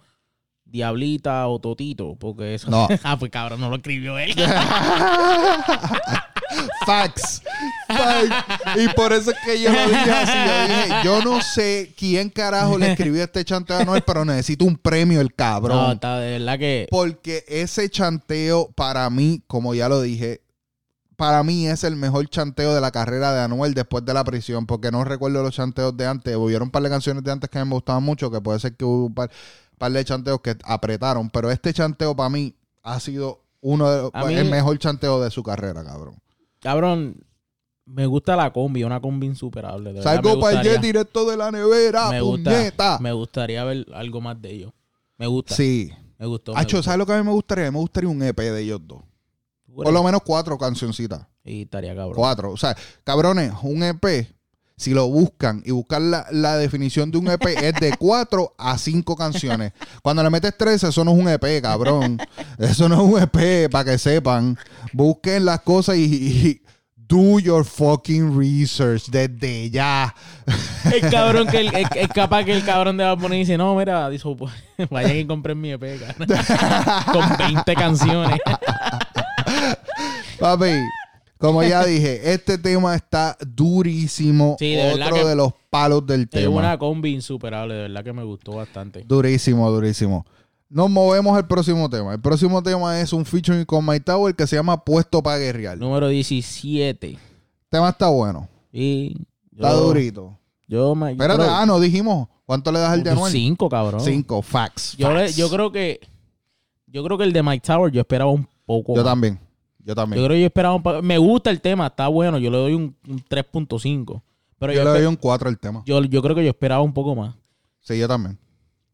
[SPEAKER 1] Diablita o Totito, porque eso.
[SPEAKER 2] No.
[SPEAKER 1] ah, pues cabrón, no lo escribió él.
[SPEAKER 2] facts, facts. Y por eso es que yo lo dije así. Yo dije, yo no sé quién carajo le escribió este chanteo a Anuel, pero necesito un premio el cabrón.
[SPEAKER 1] No, está de verdad que.
[SPEAKER 2] Porque ese chanteo, para mí, como ya lo dije, para mí es el mejor chanteo de la carrera de Anuel después de la prisión. Porque no recuerdo los chanteos de antes. Hubieron un par de canciones de antes que me gustaban mucho, que puede ser que hubo un par, par de chanteos que apretaron. Pero este chanteo, para mí, ha sido uno de, pues,
[SPEAKER 1] A mí-
[SPEAKER 2] el mejor chanteo de su carrera, cabrón.
[SPEAKER 1] Cabrón, me gusta la combi, una combi insuperable. de verdad, me
[SPEAKER 2] Salgo para el
[SPEAKER 1] gustaría-
[SPEAKER 2] jet directo de la nevera,
[SPEAKER 1] me gusta,
[SPEAKER 2] puñeta.
[SPEAKER 1] Me gustaría ver algo más de ellos. Me gusta.
[SPEAKER 2] Sí.
[SPEAKER 1] Me gustó. me
[SPEAKER 2] Hacho,
[SPEAKER 1] gustó.
[SPEAKER 2] ¿sabes lo que a mí me gustaría? Me gustaría un EP de ellos dos. Por lo menos cuatro cancioncitas.
[SPEAKER 1] Y estaría cabrón.
[SPEAKER 2] Cuatro. O sea, cabrones, un EP, si lo buscan y buscan la, la definición de un EP, es de cuatro a cinco canciones. Cuando le metes tres, eso no es un EP, cabrón. Eso no es un EP, para que sepan. Busquen las cosas y, y- do your fucking research desde ya.
[SPEAKER 1] El cabrón que el, el- el capaz que el cabrón de Bad Bunny dice, no, mira, dice, pues, vayan y compren mi EP, cabrón". Con 20 canciones.
[SPEAKER 2] Papi. Como ya dije, este tema está durísimo.
[SPEAKER 1] Sí, de verdad
[SPEAKER 2] Otro
[SPEAKER 1] que-
[SPEAKER 2] de los palos del
[SPEAKER 1] Es
[SPEAKER 2] tema.
[SPEAKER 1] una combi insuperable, de verdad que me gustó bastante.
[SPEAKER 2] Durísimo, durísimo. Nos movemos al próximo tema. El próximo tema es un featuring con My Tower que se llama Puesto para Guerrear. El
[SPEAKER 1] Número 17.
[SPEAKER 2] tema está bueno.
[SPEAKER 1] Y yo,
[SPEAKER 2] Está durito.
[SPEAKER 1] Yo me. yo
[SPEAKER 2] Espérate,
[SPEAKER 1] creo-
[SPEAKER 2] ah, no dijimos. ¿Cuánto le das al de Anuel?
[SPEAKER 1] Cinco, cabrón.
[SPEAKER 2] Cinco. Facts.
[SPEAKER 1] Yo, le-
[SPEAKER 2] facts.
[SPEAKER 1] yo creo que. Yo creo que el de Mike Tower yo esperaba un poco.
[SPEAKER 2] Yo
[SPEAKER 1] más.
[SPEAKER 2] también. Yo también.
[SPEAKER 1] Yo
[SPEAKER 2] Yo,
[SPEAKER 1] creo que yo esperaba un pa- Me gusta el tema, está bueno. Yo le doy un, un 3.5. Pero yo,
[SPEAKER 2] le
[SPEAKER 1] espe-
[SPEAKER 2] doy un 4 al tema.
[SPEAKER 1] yo, yo creo que yo esperaba un poco más.
[SPEAKER 2] Sí, yo también.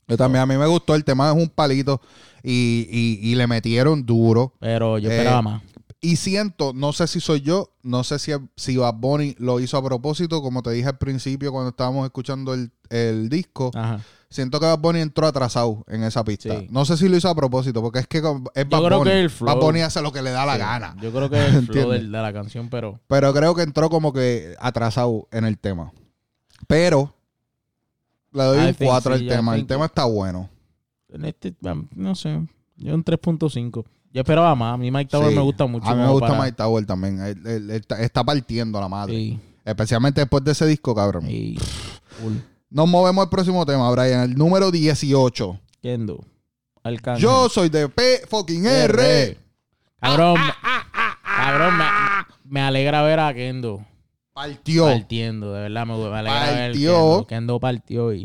[SPEAKER 2] Yo también. A mí me gustó. El tema es un palito y, y- y le metieron duro.
[SPEAKER 1] Pero yo
[SPEAKER 2] Eh,
[SPEAKER 1] esperaba más.
[SPEAKER 2] Y siento, no sé si soy yo, no sé si, si Bad Bunny lo hizo a propósito, como te dije al principio cuando estábamos escuchando el, el disco.
[SPEAKER 1] Ajá.
[SPEAKER 2] Siento que Bad Bunny entró atrasado en esa pista.
[SPEAKER 1] Sí.
[SPEAKER 2] No sé si lo hizo a propósito, porque es que con- es Bad
[SPEAKER 1] creo
[SPEAKER 2] Bunny.
[SPEAKER 1] que el flow-
[SPEAKER 2] Bad Bunny hace lo que le da la
[SPEAKER 1] Sí.
[SPEAKER 2] gana.
[SPEAKER 1] Yo creo que es el flow
[SPEAKER 2] ¿Entiendes?
[SPEAKER 1] del- de la canción, pero.
[SPEAKER 2] Pero creo que entró como que atrasado en el tema. Pero le doy
[SPEAKER 1] I
[SPEAKER 2] un
[SPEAKER 1] think
[SPEAKER 2] 4
[SPEAKER 1] sí,
[SPEAKER 2] al
[SPEAKER 1] I
[SPEAKER 2] tema. El
[SPEAKER 1] think-
[SPEAKER 2] tema está bueno.
[SPEAKER 1] en este, no sé. Yo un 3.5. Yo esperaba más. A mí Mike Tower
[SPEAKER 2] Sí.
[SPEAKER 1] Este me gusta mucho.
[SPEAKER 2] A mí me
[SPEAKER 1] como
[SPEAKER 2] gusta
[SPEAKER 1] para-
[SPEAKER 2] Mike Tower también. Él- él- él está, está partiendo la madre.
[SPEAKER 1] Sí,
[SPEAKER 2] Especialmente después de ese disco, cabrón.
[SPEAKER 1] sí. Full.
[SPEAKER 2] Nos movemos al próximo tema, Brian. El número 18.
[SPEAKER 1] Kendo. Arcángel.
[SPEAKER 2] Yo soy de P fucking R.
[SPEAKER 1] Cabrón.
[SPEAKER 2] Ah,
[SPEAKER 1] Cabrón, me, me alegra ver a Kendo
[SPEAKER 2] Partió.
[SPEAKER 1] partiendo. De verdad, me, me alegra ver
[SPEAKER 2] Partió.
[SPEAKER 1] Kendo. Kendo partió y...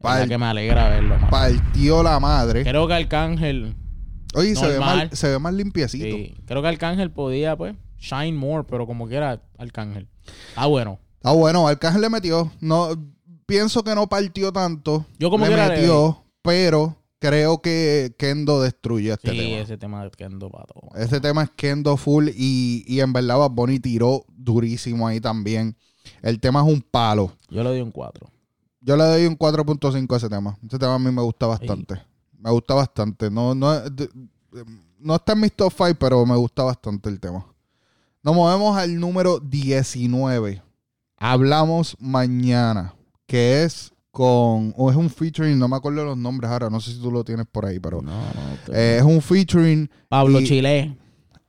[SPEAKER 1] la verdad
[SPEAKER 2] Par-
[SPEAKER 1] que me alegra verlo. mano.
[SPEAKER 2] Partió la madre.
[SPEAKER 1] Creo que Arcángel...
[SPEAKER 2] Oye, se ve,
[SPEAKER 1] Normal.
[SPEAKER 2] mal, se ve más limpiecito.
[SPEAKER 1] Sí, creo que Arcángel podía, pues, shine more, pero como quiera, Arcángel. Ah, bueno.
[SPEAKER 2] Ah, bueno, Arcángel le metió. No, pienso que no partió tanto.
[SPEAKER 1] Yo como
[SPEAKER 2] le
[SPEAKER 1] quiera le
[SPEAKER 2] metió, pero creo que Kendo destruye este
[SPEAKER 1] Sí,
[SPEAKER 2] tema.
[SPEAKER 1] ese tema de Kendo para todo.
[SPEAKER 2] Este tema es Kendo Full y, y en verdad Bad Bunny tiró durísimo ahí también. El tema es un palo.
[SPEAKER 1] Yo le doy un 4.
[SPEAKER 2] Yo le doy un 4.5 a ese tema. Ese tema a mí me gusta bastante. Me gusta bastante. No, no, d- no está en mis top 5, pero me gusta bastante el tema. Nos movemos al número 19. Hablamos mañana, que es con... O es un featuring, no me acuerdo los nombres ahora, no sé si tú lo tienes por ahí, pero... eh, es un featuring
[SPEAKER 1] Pablo
[SPEAKER 2] y-
[SPEAKER 1] Chile.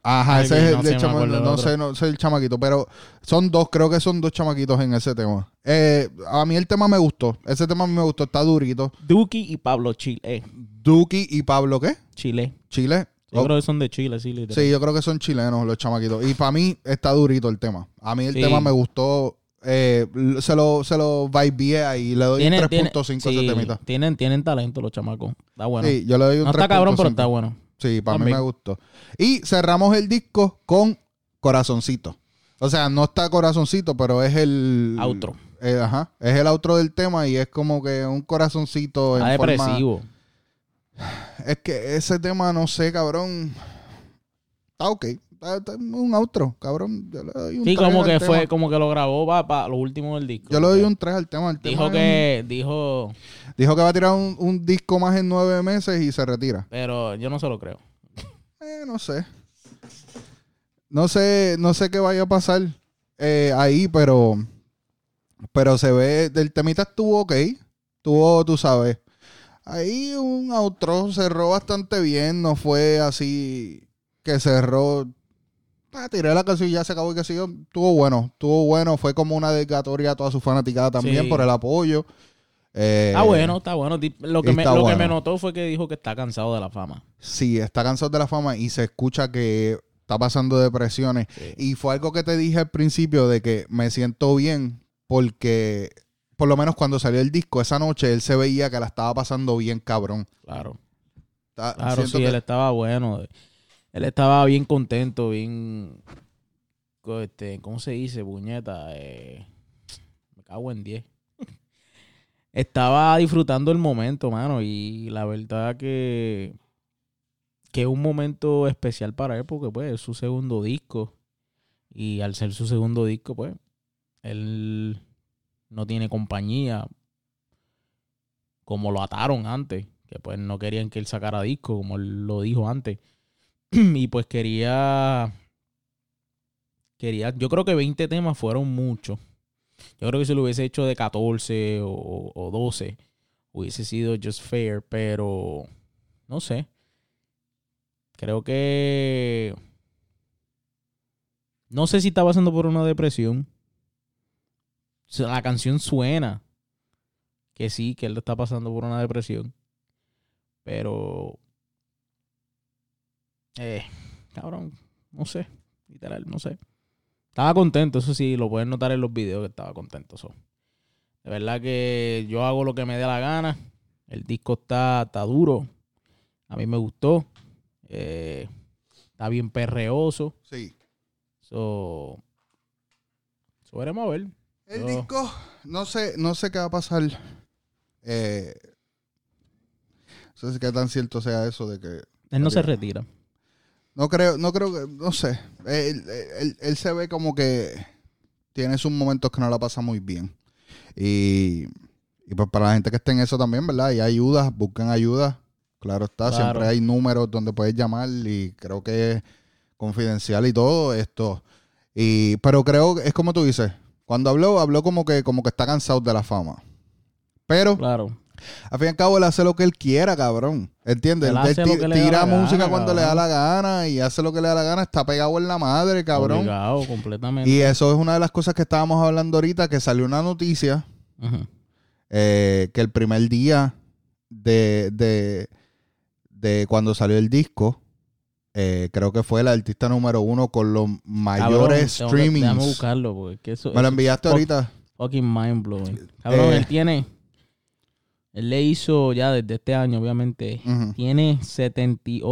[SPEAKER 2] Ajá,
[SPEAKER 1] Ay,
[SPEAKER 2] ese
[SPEAKER 1] que
[SPEAKER 2] es el,
[SPEAKER 1] no sé,
[SPEAKER 2] el
[SPEAKER 1] me
[SPEAKER 2] chama-
[SPEAKER 1] acuerdo
[SPEAKER 2] no,
[SPEAKER 1] del
[SPEAKER 2] no
[SPEAKER 1] otro.
[SPEAKER 2] sé, no sé el chamaquito, pero son dos, creo que son dos chamaquitos en ese tema. Eh, a mí el tema me gustó, ese tema a mí me gustó, está durito.
[SPEAKER 1] Duki y Pablo Chile. eh,
[SPEAKER 2] Duki y Pablo, ¿qué?
[SPEAKER 1] Chile.
[SPEAKER 2] Chile.
[SPEAKER 1] Yo
[SPEAKER 2] Oh,
[SPEAKER 1] creo que son de Chile, sí, literal.
[SPEAKER 2] sí, yo creo que son chilenos los chamaquitos. Y para mí está durito el tema. A mí el
[SPEAKER 1] Sí.
[SPEAKER 2] tema me gustó, eh, l- se lo, se lo vibeé ahí, le doy un 3.5 a ese
[SPEAKER 1] sí,
[SPEAKER 2] temita.
[SPEAKER 1] Tienen, tienen talento los chamacos. Está bueno.
[SPEAKER 2] Sí, yo le doy un
[SPEAKER 1] no está cabrón, pero
[SPEAKER 2] 3.5.
[SPEAKER 1] está bueno.
[SPEAKER 2] Sí, para mí
[SPEAKER 1] También.
[SPEAKER 2] me gustó. Y cerramos el disco con Corazoncito. O sea, no está Corazoncito, pero es el...
[SPEAKER 1] Outro.
[SPEAKER 2] eh, ajá. Es el outro del tema y es como que un corazoncito en
[SPEAKER 1] Está
[SPEAKER 2] forma-
[SPEAKER 1] depresivo.
[SPEAKER 2] Es que ese tema, no sé, cabrón... Está ok. Está, está un outro, cabrón. Yo le doy un
[SPEAKER 1] Sí,
[SPEAKER 2] tres
[SPEAKER 1] como
[SPEAKER 2] al
[SPEAKER 1] que
[SPEAKER 2] tema.
[SPEAKER 1] fue, como que lo grabó para lo último del disco.
[SPEAKER 2] Yo le doy un 3 al tema. El tema
[SPEAKER 1] Dijo
[SPEAKER 2] es-
[SPEAKER 1] que, dijo,
[SPEAKER 2] Dijo que va a tirar un, un disco más en nueve meses y se retira.
[SPEAKER 1] pero yo no se lo creo.
[SPEAKER 2] Eh, no sé. No sé, no sé qué vaya a pasar eh, ahí, pero pero se ve, del temita estuvo ok, estuvo, tú sabes. Ahí un outro cerró bastante bien, no fue así que cerró. Ah, tiré la canción y ya se acabó y que siguió. Estuvo bueno, estuvo bueno, fue como una dedicatoria a toda su fanaticada también
[SPEAKER 1] Sí.
[SPEAKER 2] por el apoyo. Eh,
[SPEAKER 1] Está bueno, está bueno. Di- Lo que, me,
[SPEAKER 2] está
[SPEAKER 1] lo
[SPEAKER 2] bueno.
[SPEAKER 1] que me notó fue que dijo que está cansado de la fama.
[SPEAKER 2] Sí, está cansado de la fama y se escucha que está pasando depresiones.
[SPEAKER 1] Sí.
[SPEAKER 2] Y fue algo que te dije al principio de que me siento bien porque, por lo menos cuando salió el disco esa noche, él se veía que la estaba pasando bien, cabrón.
[SPEAKER 1] Claro,
[SPEAKER 2] Está-
[SPEAKER 1] claro,
[SPEAKER 2] siento
[SPEAKER 1] sí,
[SPEAKER 2] que-
[SPEAKER 1] él estaba bueno. Él estaba bien contento, bien. co- Este, ¿Cómo se dice, puñeta? Eh, me cago en 10. estaba disfrutando el momento, mano. Y la verdad que. Que es un momento especial para él porque, pues, es su segundo disco. Y al ser su segundo disco, pues, él no tiene compañía, como lo ataron antes, que pues no querían que él sacara disco, como él lo dijo antes. y pues quería, quería, yo creo que 20 temas fueron muchos. Yo creo que si lo hubiese hecho de 14 o, o 12, hubiese sido just fair, pero no sé. Creo que... No sé si está pasando por una depresión. O sea, La canción suena que sí, que él está pasando por una depresión. Pero. Eh, cabrón, no sé. Literal, no sé. Estaba contento, eso sí, lo pueden notar en los videos que estaba contento. so. De verdad que yo hago lo que me dé la gana. El disco está, está duro. A mí me gustó. Eh, está bien perreoso.
[SPEAKER 2] sí.
[SPEAKER 1] So, so veremos a ver.
[SPEAKER 2] El
[SPEAKER 1] Yo-
[SPEAKER 2] disco, no sé, no sé qué va a pasar. Eh, no sé qué tan cierto sea eso de que
[SPEAKER 1] Él no se retira.
[SPEAKER 2] No creo, no creo que, no sé. Él, él- él- él se ve como que tiene sus momentos que no la pasa muy bien. Y, y pues para la gente que esté en eso también, ¿verdad? Y ayudas, buscan ayuda. Claro está,
[SPEAKER 1] Claro.
[SPEAKER 2] siempre hay números donde puedes llamar y creo que es confidencial y todo esto. Y, pero creo que es como tú dices, cuando habló, habló como que, como que está cansado de la fama. Pero
[SPEAKER 1] Claro.
[SPEAKER 2] Al fin y al cabo, él hace lo que él quiera, cabrón. ¿Entiendes?
[SPEAKER 1] Él
[SPEAKER 2] Él,
[SPEAKER 1] hace
[SPEAKER 2] ti-
[SPEAKER 1] lo que le da
[SPEAKER 2] tira
[SPEAKER 1] la gana,
[SPEAKER 2] música cuando le da
[SPEAKER 1] cabrón.
[SPEAKER 2] la gana y hace lo que le da la gana. Está pegado en la madre, cabrón.
[SPEAKER 1] Obligado, completamente.
[SPEAKER 2] Y eso es una de las cosas que estábamos hablando ahorita, que salió una noticia
[SPEAKER 1] Ajá.
[SPEAKER 2] eh, que el primer día de, de, de cuando salió el disco, eh, creo que fue el artista número uno con los mayores
[SPEAKER 1] Cabrón, tengo que-
[SPEAKER 2] streamings.
[SPEAKER 1] Déjame buscarlo, porque es que eso
[SPEAKER 2] Me lo
[SPEAKER 1] eso
[SPEAKER 2] enviaste
[SPEAKER 1] fuck-
[SPEAKER 2] ahorita.
[SPEAKER 1] fucking mind blowing. Cabrón,
[SPEAKER 2] Eh.
[SPEAKER 1] él tiene. Él le hizo ya desde este año, obviamente.
[SPEAKER 2] Ujú.
[SPEAKER 1] Tiene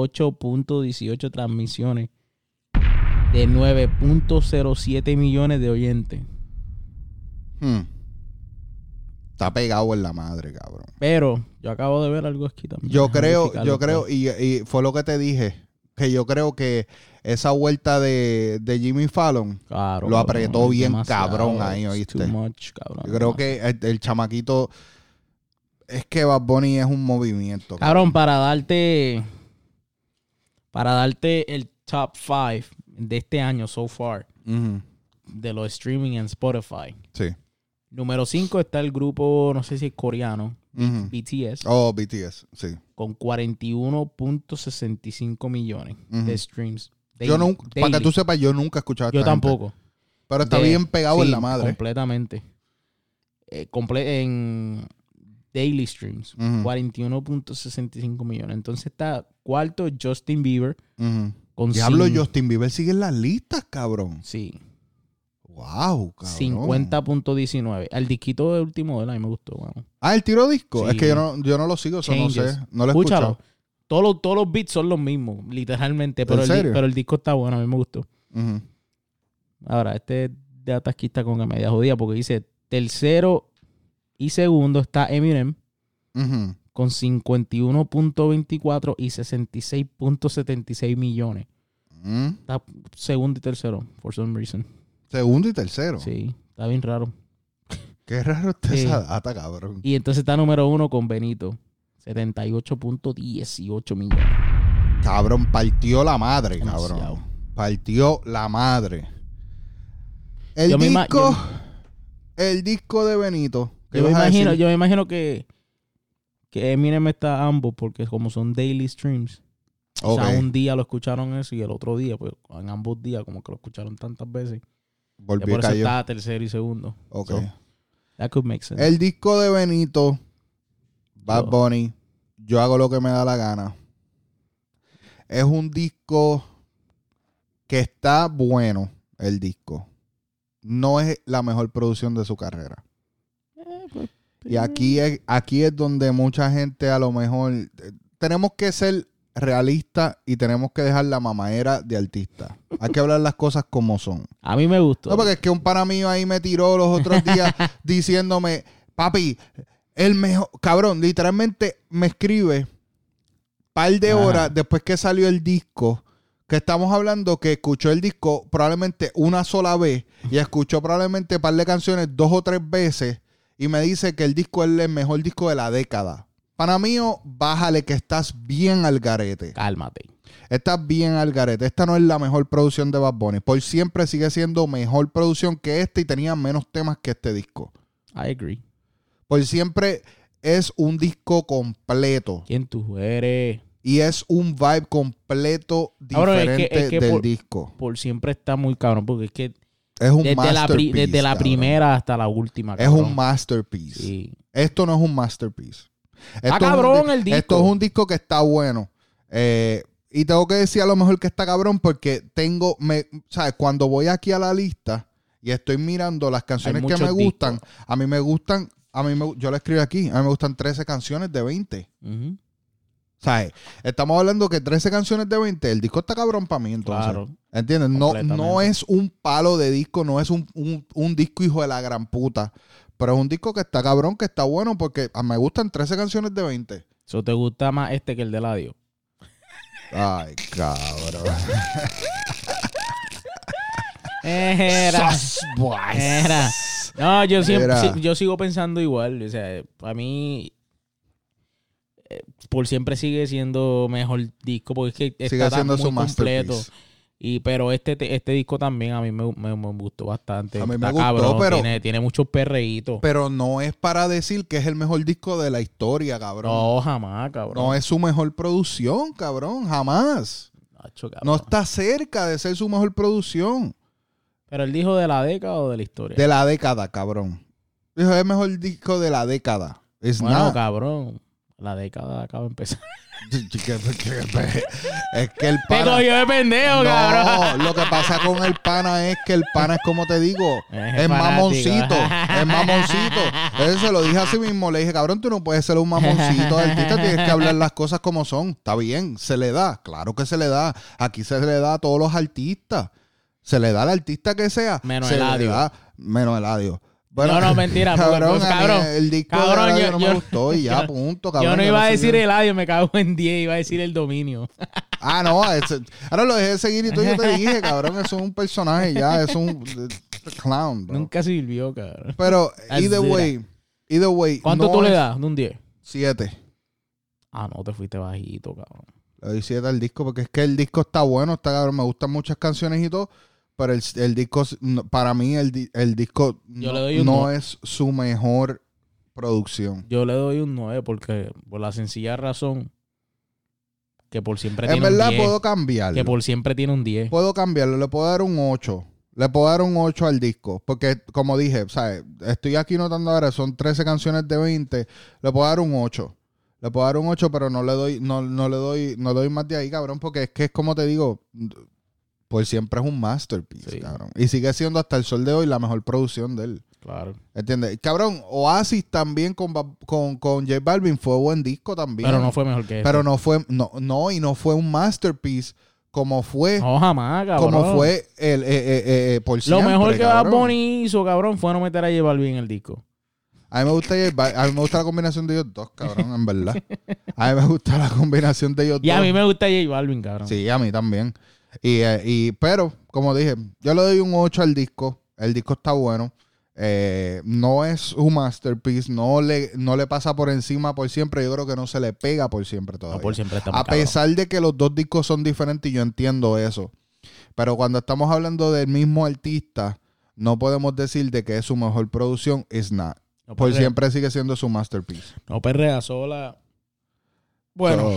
[SPEAKER 1] 78.18 transmisiones de 9.07 millones de oyentes.
[SPEAKER 2] Hmm. Está pegado en la madre, cabrón.
[SPEAKER 1] Pero yo acabo de ver algo aquí también.
[SPEAKER 2] Yo
[SPEAKER 1] Déjame
[SPEAKER 2] creo,
[SPEAKER 1] verificarlo,
[SPEAKER 2] yo creo,
[SPEAKER 1] pues.
[SPEAKER 2] y, y fue lo que te dije, que yo creo que esa vuelta de, de Jimmy Fallon,
[SPEAKER 1] Claro,
[SPEAKER 2] lo
[SPEAKER 1] cabrón,
[SPEAKER 2] apretó
[SPEAKER 1] es
[SPEAKER 2] bien
[SPEAKER 1] demasiado,
[SPEAKER 2] cabrón ahí,
[SPEAKER 1] it's
[SPEAKER 2] ¿oíste?
[SPEAKER 1] too much, cabrón,
[SPEAKER 2] yo creo que el, el chamaquito, es que Bad Bunny es un movimiento.
[SPEAKER 1] Cabrón, para darte. Para darte el top 5 de este año so far.
[SPEAKER 2] Ujú.
[SPEAKER 1] De los streaming en Spotify.
[SPEAKER 2] Sí.
[SPEAKER 1] Número 5 está el grupo, no sé si es coreano,
[SPEAKER 2] Ujú.
[SPEAKER 1] BTS,
[SPEAKER 2] Oh, BTS, sí.
[SPEAKER 1] con 41.65 millones
[SPEAKER 2] Ujú.
[SPEAKER 1] de streams.
[SPEAKER 2] Mm. yo
[SPEAKER 1] daily-
[SPEAKER 2] nunca, para que
[SPEAKER 1] daily.
[SPEAKER 2] tú sepas, yo nunca he escuchado a
[SPEAKER 1] Yo
[SPEAKER 2] esta gente.
[SPEAKER 1] tampoco.
[SPEAKER 2] Pero está
[SPEAKER 1] De-
[SPEAKER 2] bien pegado en
[SPEAKER 1] sí,
[SPEAKER 2] la madre.
[SPEAKER 1] Completamente. Eh, comple- en daily streams.
[SPEAKER 2] Ujú.
[SPEAKER 1] 41.65 millones. Entonces está cuarto Justin Bieber
[SPEAKER 2] Ujú.
[SPEAKER 1] con
[SPEAKER 2] Diablo,
[SPEAKER 1] cin-
[SPEAKER 2] Justin Bieber sigue en las listas, cabrón.
[SPEAKER 1] Sí,
[SPEAKER 2] Wow, cabrón.
[SPEAKER 1] 50.19. El disquito de último de él a mí me gustó, mano.
[SPEAKER 2] Ah, el tiro disco.
[SPEAKER 1] Sí.
[SPEAKER 2] Es que yo no, yo no lo sigo, eso no
[SPEAKER 1] Changes.
[SPEAKER 2] sé. No lo he
[SPEAKER 1] Escúchalo.
[SPEAKER 2] escuchado.
[SPEAKER 1] Todos los, todos los beats son los mismos, literalmente. Pero, el,
[SPEAKER 2] ¿En
[SPEAKER 1] di-
[SPEAKER 2] serio?
[SPEAKER 1] pero el disco está bueno, a mí me gustó.
[SPEAKER 2] Ujú.
[SPEAKER 1] Ahora, este de atasquista con la media jodida porque dice tercero y segundo está Eminem
[SPEAKER 2] Ujú.
[SPEAKER 1] con 51.24 y 66.76 millones.
[SPEAKER 2] Mm.
[SPEAKER 1] Está segundo y tercero, for some reason.
[SPEAKER 2] Segundo y tercero.
[SPEAKER 1] Sí, está bien raro.
[SPEAKER 2] Qué raro está
[SPEAKER 1] Sí.
[SPEAKER 2] esa data, cabrón.
[SPEAKER 1] Y entonces está número uno con Benito, 78.18 millones.
[SPEAKER 2] Cabrón, partió la madre,
[SPEAKER 1] Demasiado.
[SPEAKER 2] cabrón. Partió la madre. El
[SPEAKER 1] Yo me ima-
[SPEAKER 2] disco. El disco de Benito. ¿Qué
[SPEAKER 1] Yo me,
[SPEAKER 2] ibas a
[SPEAKER 1] imagino,
[SPEAKER 2] decir?
[SPEAKER 1] yo me imagino que, que Eminem está ambos porque como son daily streams,
[SPEAKER 2] Ok.
[SPEAKER 1] o sea, un día lo escucharon eso y el otro día, pues en ambos días como que lo escucharon tantas veces. que
[SPEAKER 2] Volví
[SPEAKER 1] por eso
[SPEAKER 2] cayó.
[SPEAKER 1] está tercero y segundo.
[SPEAKER 2] Ok.
[SPEAKER 1] So, that could make sense.
[SPEAKER 2] El disco de Benito, Bad
[SPEAKER 1] Yo-
[SPEAKER 2] Bunny, Yo hago lo que me da la gana. Es un disco que está bueno, el disco. No es la mejor producción de su carrera.
[SPEAKER 1] Eh, pues,
[SPEAKER 2] Y aquí es, aquí es donde mucha gente a lo mejor... eh, Tenemos que ser realistas y tenemos que dejar la mamadera de artista. Hay que hablar las cosas como son.
[SPEAKER 1] A mí me gustó.
[SPEAKER 2] No, porque es que un pana mío ahí me tiró los otros días diciéndome, papi, el mejor, cabrón, literalmente me escribe par de
[SPEAKER 1] Ajá.
[SPEAKER 2] horas después que salió el disco, que estamos hablando que escuchó el disco probablemente una sola vez y escuchó probablemente par de canciones dos o tres veces y me dice que el disco es el mejor disco de la década. Para mí, bájale que estás bien al garete.
[SPEAKER 1] Cálmate.
[SPEAKER 2] Estás bien al garete. Esta no es la mejor producción de Bad Bunny. Por siempre sigue siendo mejor producción que este y tenía menos temas que este disco.
[SPEAKER 1] I agree.
[SPEAKER 2] Por siempre es un disco completo
[SPEAKER 1] ¿Quién tú eres?
[SPEAKER 2] y es un vibe completo
[SPEAKER 1] Cabrón, Ah, es que-
[SPEAKER 2] diferente
[SPEAKER 1] es que
[SPEAKER 2] del
[SPEAKER 1] por-
[SPEAKER 2] disco.
[SPEAKER 1] Por siempre está muy cabrón porque es que
[SPEAKER 2] Es un
[SPEAKER 1] desde la, pri-
[SPEAKER 2] masterpiece.
[SPEAKER 1] desde la
[SPEAKER 2] cabrón.
[SPEAKER 1] primera hasta la última.
[SPEAKER 2] Es un
[SPEAKER 1] cabrón.
[SPEAKER 2] masterpiece.
[SPEAKER 1] Sí.
[SPEAKER 2] Esto no es un masterpiece. Esto es un
[SPEAKER 1] cabrón
[SPEAKER 2] di-
[SPEAKER 1] el disco.
[SPEAKER 2] Esto es un disco que está bueno. Eh, y tengo que decir a lo mejor que está cabrón porque tengo, me, ¿sabes? Cuando voy aquí a la lista y estoy mirando las canciones que me
[SPEAKER 1] muchos
[SPEAKER 2] gustan, a mí me gustan, a mí me- yo lo escribo aquí, a mí me gustan 13 canciones de 20.
[SPEAKER 1] Ujú.
[SPEAKER 2] ¿Sabes? Estamos hablando que 13 canciones de 20, el disco está cabrón para mí entonces.
[SPEAKER 1] Claro.
[SPEAKER 2] ¿Entiendes? No, no
[SPEAKER 1] Completamente.
[SPEAKER 2] es un palo de disco, no es un, un- un disco hijo de la gran puta. Pero es un disco que está cabrón, que está bueno, porque ah, me gustan 13 canciones de 20.
[SPEAKER 1] So, ¿Te gusta más este que el de Ladio?
[SPEAKER 2] Ay, cabrón.
[SPEAKER 1] Era.
[SPEAKER 2] Sus, boys.
[SPEAKER 1] Era. No, yo, siempre,
[SPEAKER 2] Era.
[SPEAKER 1] si- yo sigo pensando igual. O sea, para mí, eh, por siempre sigue siendo mejor disco porque es que
[SPEAKER 2] Sigue
[SPEAKER 1] está tan
[SPEAKER 2] siendo
[SPEAKER 1] muy
[SPEAKER 2] su
[SPEAKER 1] completo.
[SPEAKER 2] masterpiece.
[SPEAKER 1] Y, pero este, te- este disco también a mí me, me- me gustó bastante.
[SPEAKER 2] A mí me
[SPEAKER 1] Está
[SPEAKER 2] gustó, pero-
[SPEAKER 1] Tiene, tiene muchos perreitos.
[SPEAKER 2] Pero no es para decir que es el mejor disco de la historia, cabrón.
[SPEAKER 1] No, jamás, cabrón.
[SPEAKER 2] No es su mejor producción, cabrón, jamás.
[SPEAKER 1] Nacho, cabrón.
[SPEAKER 2] No está cerca de ser su mejor producción
[SPEAKER 1] Pero él dijo de la década o de la historia.
[SPEAKER 2] de la década, cabrón. Dijo, es el mejor disco de la década. Es
[SPEAKER 1] bueno,
[SPEAKER 2] nada.
[SPEAKER 1] cabrón. La década acaba de empezar.
[SPEAKER 2] es que el
[SPEAKER 1] Te
[SPEAKER 2] pana...
[SPEAKER 1] cogió de pendejo, cabrón.
[SPEAKER 2] No, lo que pasa con el pana es que el pana es como te digo,
[SPEAKER 1] Es fanático.
[SPEAKER 2] es mamoncito, es mamoncito. Eso se lo dije así mismo, le dije, cabrón, tú no puedes ser un mamoncito artista, tienes que hablar las cosas como son. Está bien, se le da, claro que se le da. Aquí se le da a todos los artistas. Se le da al artista que sea.
[SPEAKER 1] Menos
[SPEAKER 2] se le
[SPEAKER 1] Eladio.
[SPEAKER 2] da- menos Eladio.
[SPEAKER 1] No, no, mentira, porque,
[SPEAKER 2] Cabrón,
[SPEAKER 1] pues,
[SPEAKER 2] a mí
[SPEAKER 1] cabrón,
[SPEAKER 2] el disco de
[SPEAKER 1] cabrón,
[SPEAKER 2] Eladio
[SPEAKER 1] yo-
[SPEAKER 2] no me
[SPEAKER 1] yo-
[SPEAKER 2] gustó y ya,
[SPEAKER 1] yo-
[SPEAKER 2] punto, cabrón.
[SPEAKER 1] Yo no
[SPEAKER 2] yo
[SPEAKER 1] iba a
[SPEAKER 2] sé
[SPEAKER 1] decir
[SPEAKER 2] qué-
[SPEAKER 1] el audio, me cago en 10, iba a decir el dominio.
[SPEAKER 2] Ah, no, ese- ahora lo dejé de seguir y tú yo te dije, cabrón, eso es un personaje ya, es un eh, clown, bro.
[SPEAKER 1] Nunca sirvió, cabrón.
[SPEAKER 2] Pero,
[SPEAKER 1] That's
[SPEAKER 2] either
[SPEAKER 1] it.
[SPEAKER 2] way, either way.
[SPEAKER 1] ¿Cuánto
[SPEAKER 2] no
[SPEAKER 1] tú le
[SPEAKER 2] es-
[SPEAKER 1] das? De un 10.
[SPEAKER 2] Siete.
[SPEAKER 1] Ah, no, te fuiste bajito, cabrón.
[SPEAKER 2] Le doy siete al disco porque es que el disco está bueno, está cabrón, me gustan muchas canciones y todo, pero el, el disco, no- para mí, el, di- el disco
[SPEAKER 1] Yo
[SPEAKER 2] no,
[SPEAKER 1] le doy un
[SPEAKER 2] no
[SPEAKER 1] no.
[SPEAKER 2] es su mejor producción.
[SPEAKER 1] Yo le doy un 9 porque, por la sencilla razón, que por siempre
[SPEAKER 2] En
[SPEAKER 1] tiene
[SPEAKER 2] verdad
[SPEAKER 1] un 10.
[SPEAKER 2] puedo cambiarlo.
[SPEAKER 1] Que por siempre tiene un 10.
[SPEAKER 2] Puedo cambiarlo, le puedo dar un 8. Le puedo dar un 8 al disco. Porque, como dije, ¿sabes? Estoy aquí notando ahora, son 13 canciones de 20. Le puedo dar un 8. Le puedo dar un 8, pero no le doy, no, no le doy, no le doy más de ahí, cabrón, porque es que es como te digo, pues siempre es un masterpiece,
[SPEAKER 1] Sí.
[SPEAKER 2] cabrón. Y sigue siendo hasta el sol de hoy la mejor producción de él.
[SPEAKER 1] Claro.
[SPEAKER 2] ¿Entiendes? Cabrón, Oasis también con, Ba- con, con J Balvin fue buen disco también.
[SPEAKER 1] Pero no fue mejor que este.
[SPEAKER 2] Pero no fue, no, no, y no fue un masterpiece como fue
[SPEAKER 1] No, jamás, cabrón.
[SPEAKER 2] como fue el eh, eh, eh, eh, por
[SPEAKER 1] Lo
[SPEAKER 2] siempre,
[SPEAKER 1] mejor que Bad
[SPEAKER 2] cabrón.
[SPEAKER 1] Bunny hizo, cabrón, fue no meter a J Balvin en el disco.
[SPEAKER 2] A mí me gusta J Bal- a mí me gusta la combinación de ellos dos, cabrón, en verdad. A mí me gusta la combinación de ellos
[SPEAKER 1] Y
[SPEAKER 2] dos.
[SPEAKER 1] a mí me gusta J Balvin, cabrón.
[SPEAKER 2] Sí, a mí también. Y, eh, y- pero como dije, yo le doy un 8 al disco. El disco está bueno. Eh, no es un masterpiece, no le, no le pasa por encima por siempre. Yo creo que no se le pega por siempre
[SPEAKER 1] No,
[SPEAKER 2] todavía.
[SPEAKER 1] por siempre está muy
[SPEAKER 2] A pesar de que los dos discos son diferentes y yo entiendo eso. Pero cuando estamos hablando del mismo artista, no podemos decir de que es su mejor producción. It's not.
[SPEAKER 1] cabrón. No
[SPEAKER 2] Por
[SPEAKER 1] perrea-
[SPEAKER 2] siempre sigue siendo su masterpiece.
[SPEAKER 1] No perrea sola. Bueno,
[SPEAKER 2] So,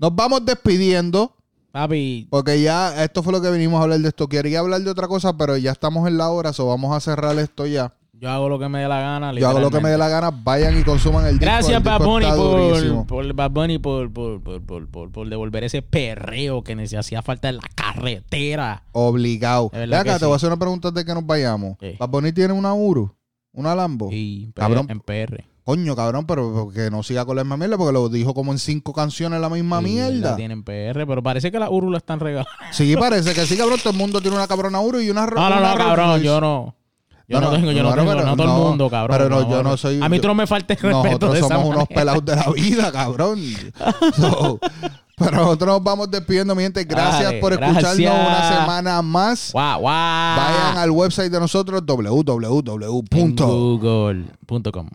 [SPEAKER 2] nos vamos despidiendo.
[SPEAKER 1] papi,
[SPEAKER 2] Porque ya esto fue lo que vinimos a hablar de esto. Quería hablar de otra cosa, pero ya estamos en la hora, so vamos a cerrar esto ya.
[SPEAKER 1] yo hago lo que me dé la gana.
[SPEAKER 2] Yo hago lo que me dé la gana, vayan y consuman el disco.
[SPEAKER 1] Gracias,
[SPEAKER 2] el disco
[SPEAKER 1] Bad Bunny,
[SPEAKER 2] está
[SPEAKER 1] por,
[SPEAKER 2] durísimo.
[SPEAKER 1] por, Bad Bunny por, por, por, por, por, por devolver ese perreo que nos hacía falta en la carretera.
[SPEAKER 2] Obligado.
[SPEAKER 1] De verdad
[SPEAKER 2] Ve acá,
[SPEAKER 1] que
[SPEAKER 2] te
[SPEAKER 1] sí.
[SPEAKER 2] voy a hacer una pregunta antes de que nos vayamos.
[SPEAKER 1] Sí.
[SPEAKER 2] Bad Bunny tiene una Uru, una Lambo.
[SPEAKER 1] Y en
[SPEAKER 2] Oh, Cabrón.
[SPEAKER 1] PR, en PR.
[SPEAKER 2] Coño, cabrón, pero que no siga con la misma mierda, porque lo dijo como en cinco canciones la misma
[SPEAKER 1] Sí, La
[SPEAKER 2] mierda.
[SPEAKER 1] tienen PR, pero parece que la Uru la están regalando.
[SPEAKER 2] Sí, parece que sí, cabrón. Todo el mundo tiene una cabrona Uru y una ro-
[SPEAKER 1] Ah, No, no,
[SPEAKER 2] una
[SPEAKER 1] no,
[SPEAKER 2] Rolls
[SPEAKER 1] cabrón,
[SPEAKER 2] Royce.
[SPEAKER 1] yo no. Yo
[SPEAKER 2] No,
[SPEAKER 1] no,
[SPEAKER 2] no,
[SPEAKER 1] tengo, yo no,
[SPEAKER 2] claro,
[SPEAKER 1] tengo,
[SPEAKER 2] pero
[SPEAKER 1] no todo
[SPEAKER 2] no,
[SPEAKER 1] el mundo, cabrón.
[SPEAKER 2] pero no, yo no soy-
[SPEAKER 1] A mí tú no me faltes el respeto
[SPEAKER 2] Nosotros
[SPEAKER 1] de esa
[SPEAKER 2] somos unos
[SPEAKER 1] manera.
[SPEAKER 2] pelados de la vida, cabrón. So, pero nosotros nos vamos despidiendo, mi gente. Gracias
[SPEAKER 1] Dale,
[SPEAKER 2] por escucharnos
[SPEAKER 1] gracias.
[SPEAKER 2] una semana más.
[SPEAKER 1] Guau, guau.
[SPEAKER 2] Vayan al website de nosotros,
[SPEAKER 1] En
[SPEAKER 2] www.
[SPEAKER 1] Google.com.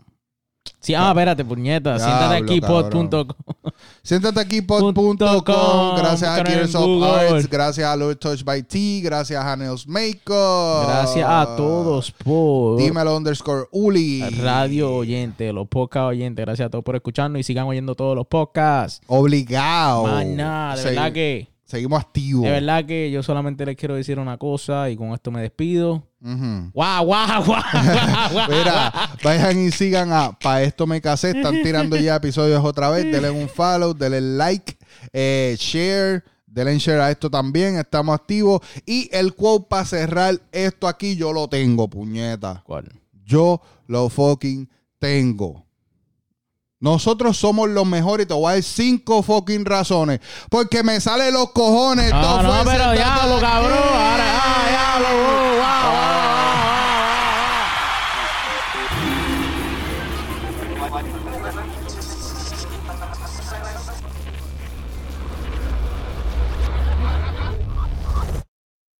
[SPEAKER 1] Sí, ah, espérate, puñeta.
[SPEAKER 2] Diablo,
[SPEAKER 1] Siéntate aquí,
[SPEAKER 2] cabrón.
[SPEAKER 1] pod.com.
[SPEAKER 2] Siéntate aquí,
[SPEAKER 1] Punto
[SPEAKER 2] pod.com.
[SPEAKER 1] com.
[SPEAKER 2] Gracias
[SPEAKER 1] Búscanos
[SPEAKER 2] a
[SPEAKER 1] en
[SPEAKER 2] Gears of
[SPEAKER 1] Google.
[SPEAKER 2] Arts. Gracias a Lord Touch by T. Gracias a Nails Makeup.
[SPEAKER 1] Gracias a todos por
[SPEAKER 2] Dímelo underscore Uli.
[SPEAKER 1] radio oyente, los podcasts oyentes. Gracias a todos por escucharnos y sigan oyendo todos los podcasts.
[SPEAKER 2] Obligado.
[SPEAKER 1] Maná, de
[SPEAKER 2] Segui-
[SPEAKER 1] verdad que.
[SPEAKER 2] Seguimos activos.
[SPEAKER 1] De verdad que yo solamente les quiero decir una cosa y con esto me despido.
[SPEAKER 2] Ujú.
[SPEAKER 1] ¡Guau, guau, guau! guau, guau.
[SPEAKER 2] Mira, vayan y sigan a Pa' Esto Me Casé. Están tirando ya episodios otra vez. Denle un follow, denle like, eh, share. Denle share a esto también. Estamos activos. Y el quote para cerrar esto aquí, yo lo tengo, puñeta.
[SPEAKER 1] ¿Cuál?
[SPEAKER 2] Yo lo fucking tengo. Nosotros somos los mejores y te voy a dar cinco fucking razones. Porque me salen los cojones.
[SPEAKER 1] No,
[SPEAKER 2] Esto
[SPEAKER 1] no,
[SPEAKER 2] fue
[SPEAKER 1] pero
[SPEAKER 2] Sentado
[SPEAKER 1] diablo,
[SPEAKER 2] Aquí.
[SPEAKER 1] cabrón. Ahora, ah, diablo, wow, wow, wow.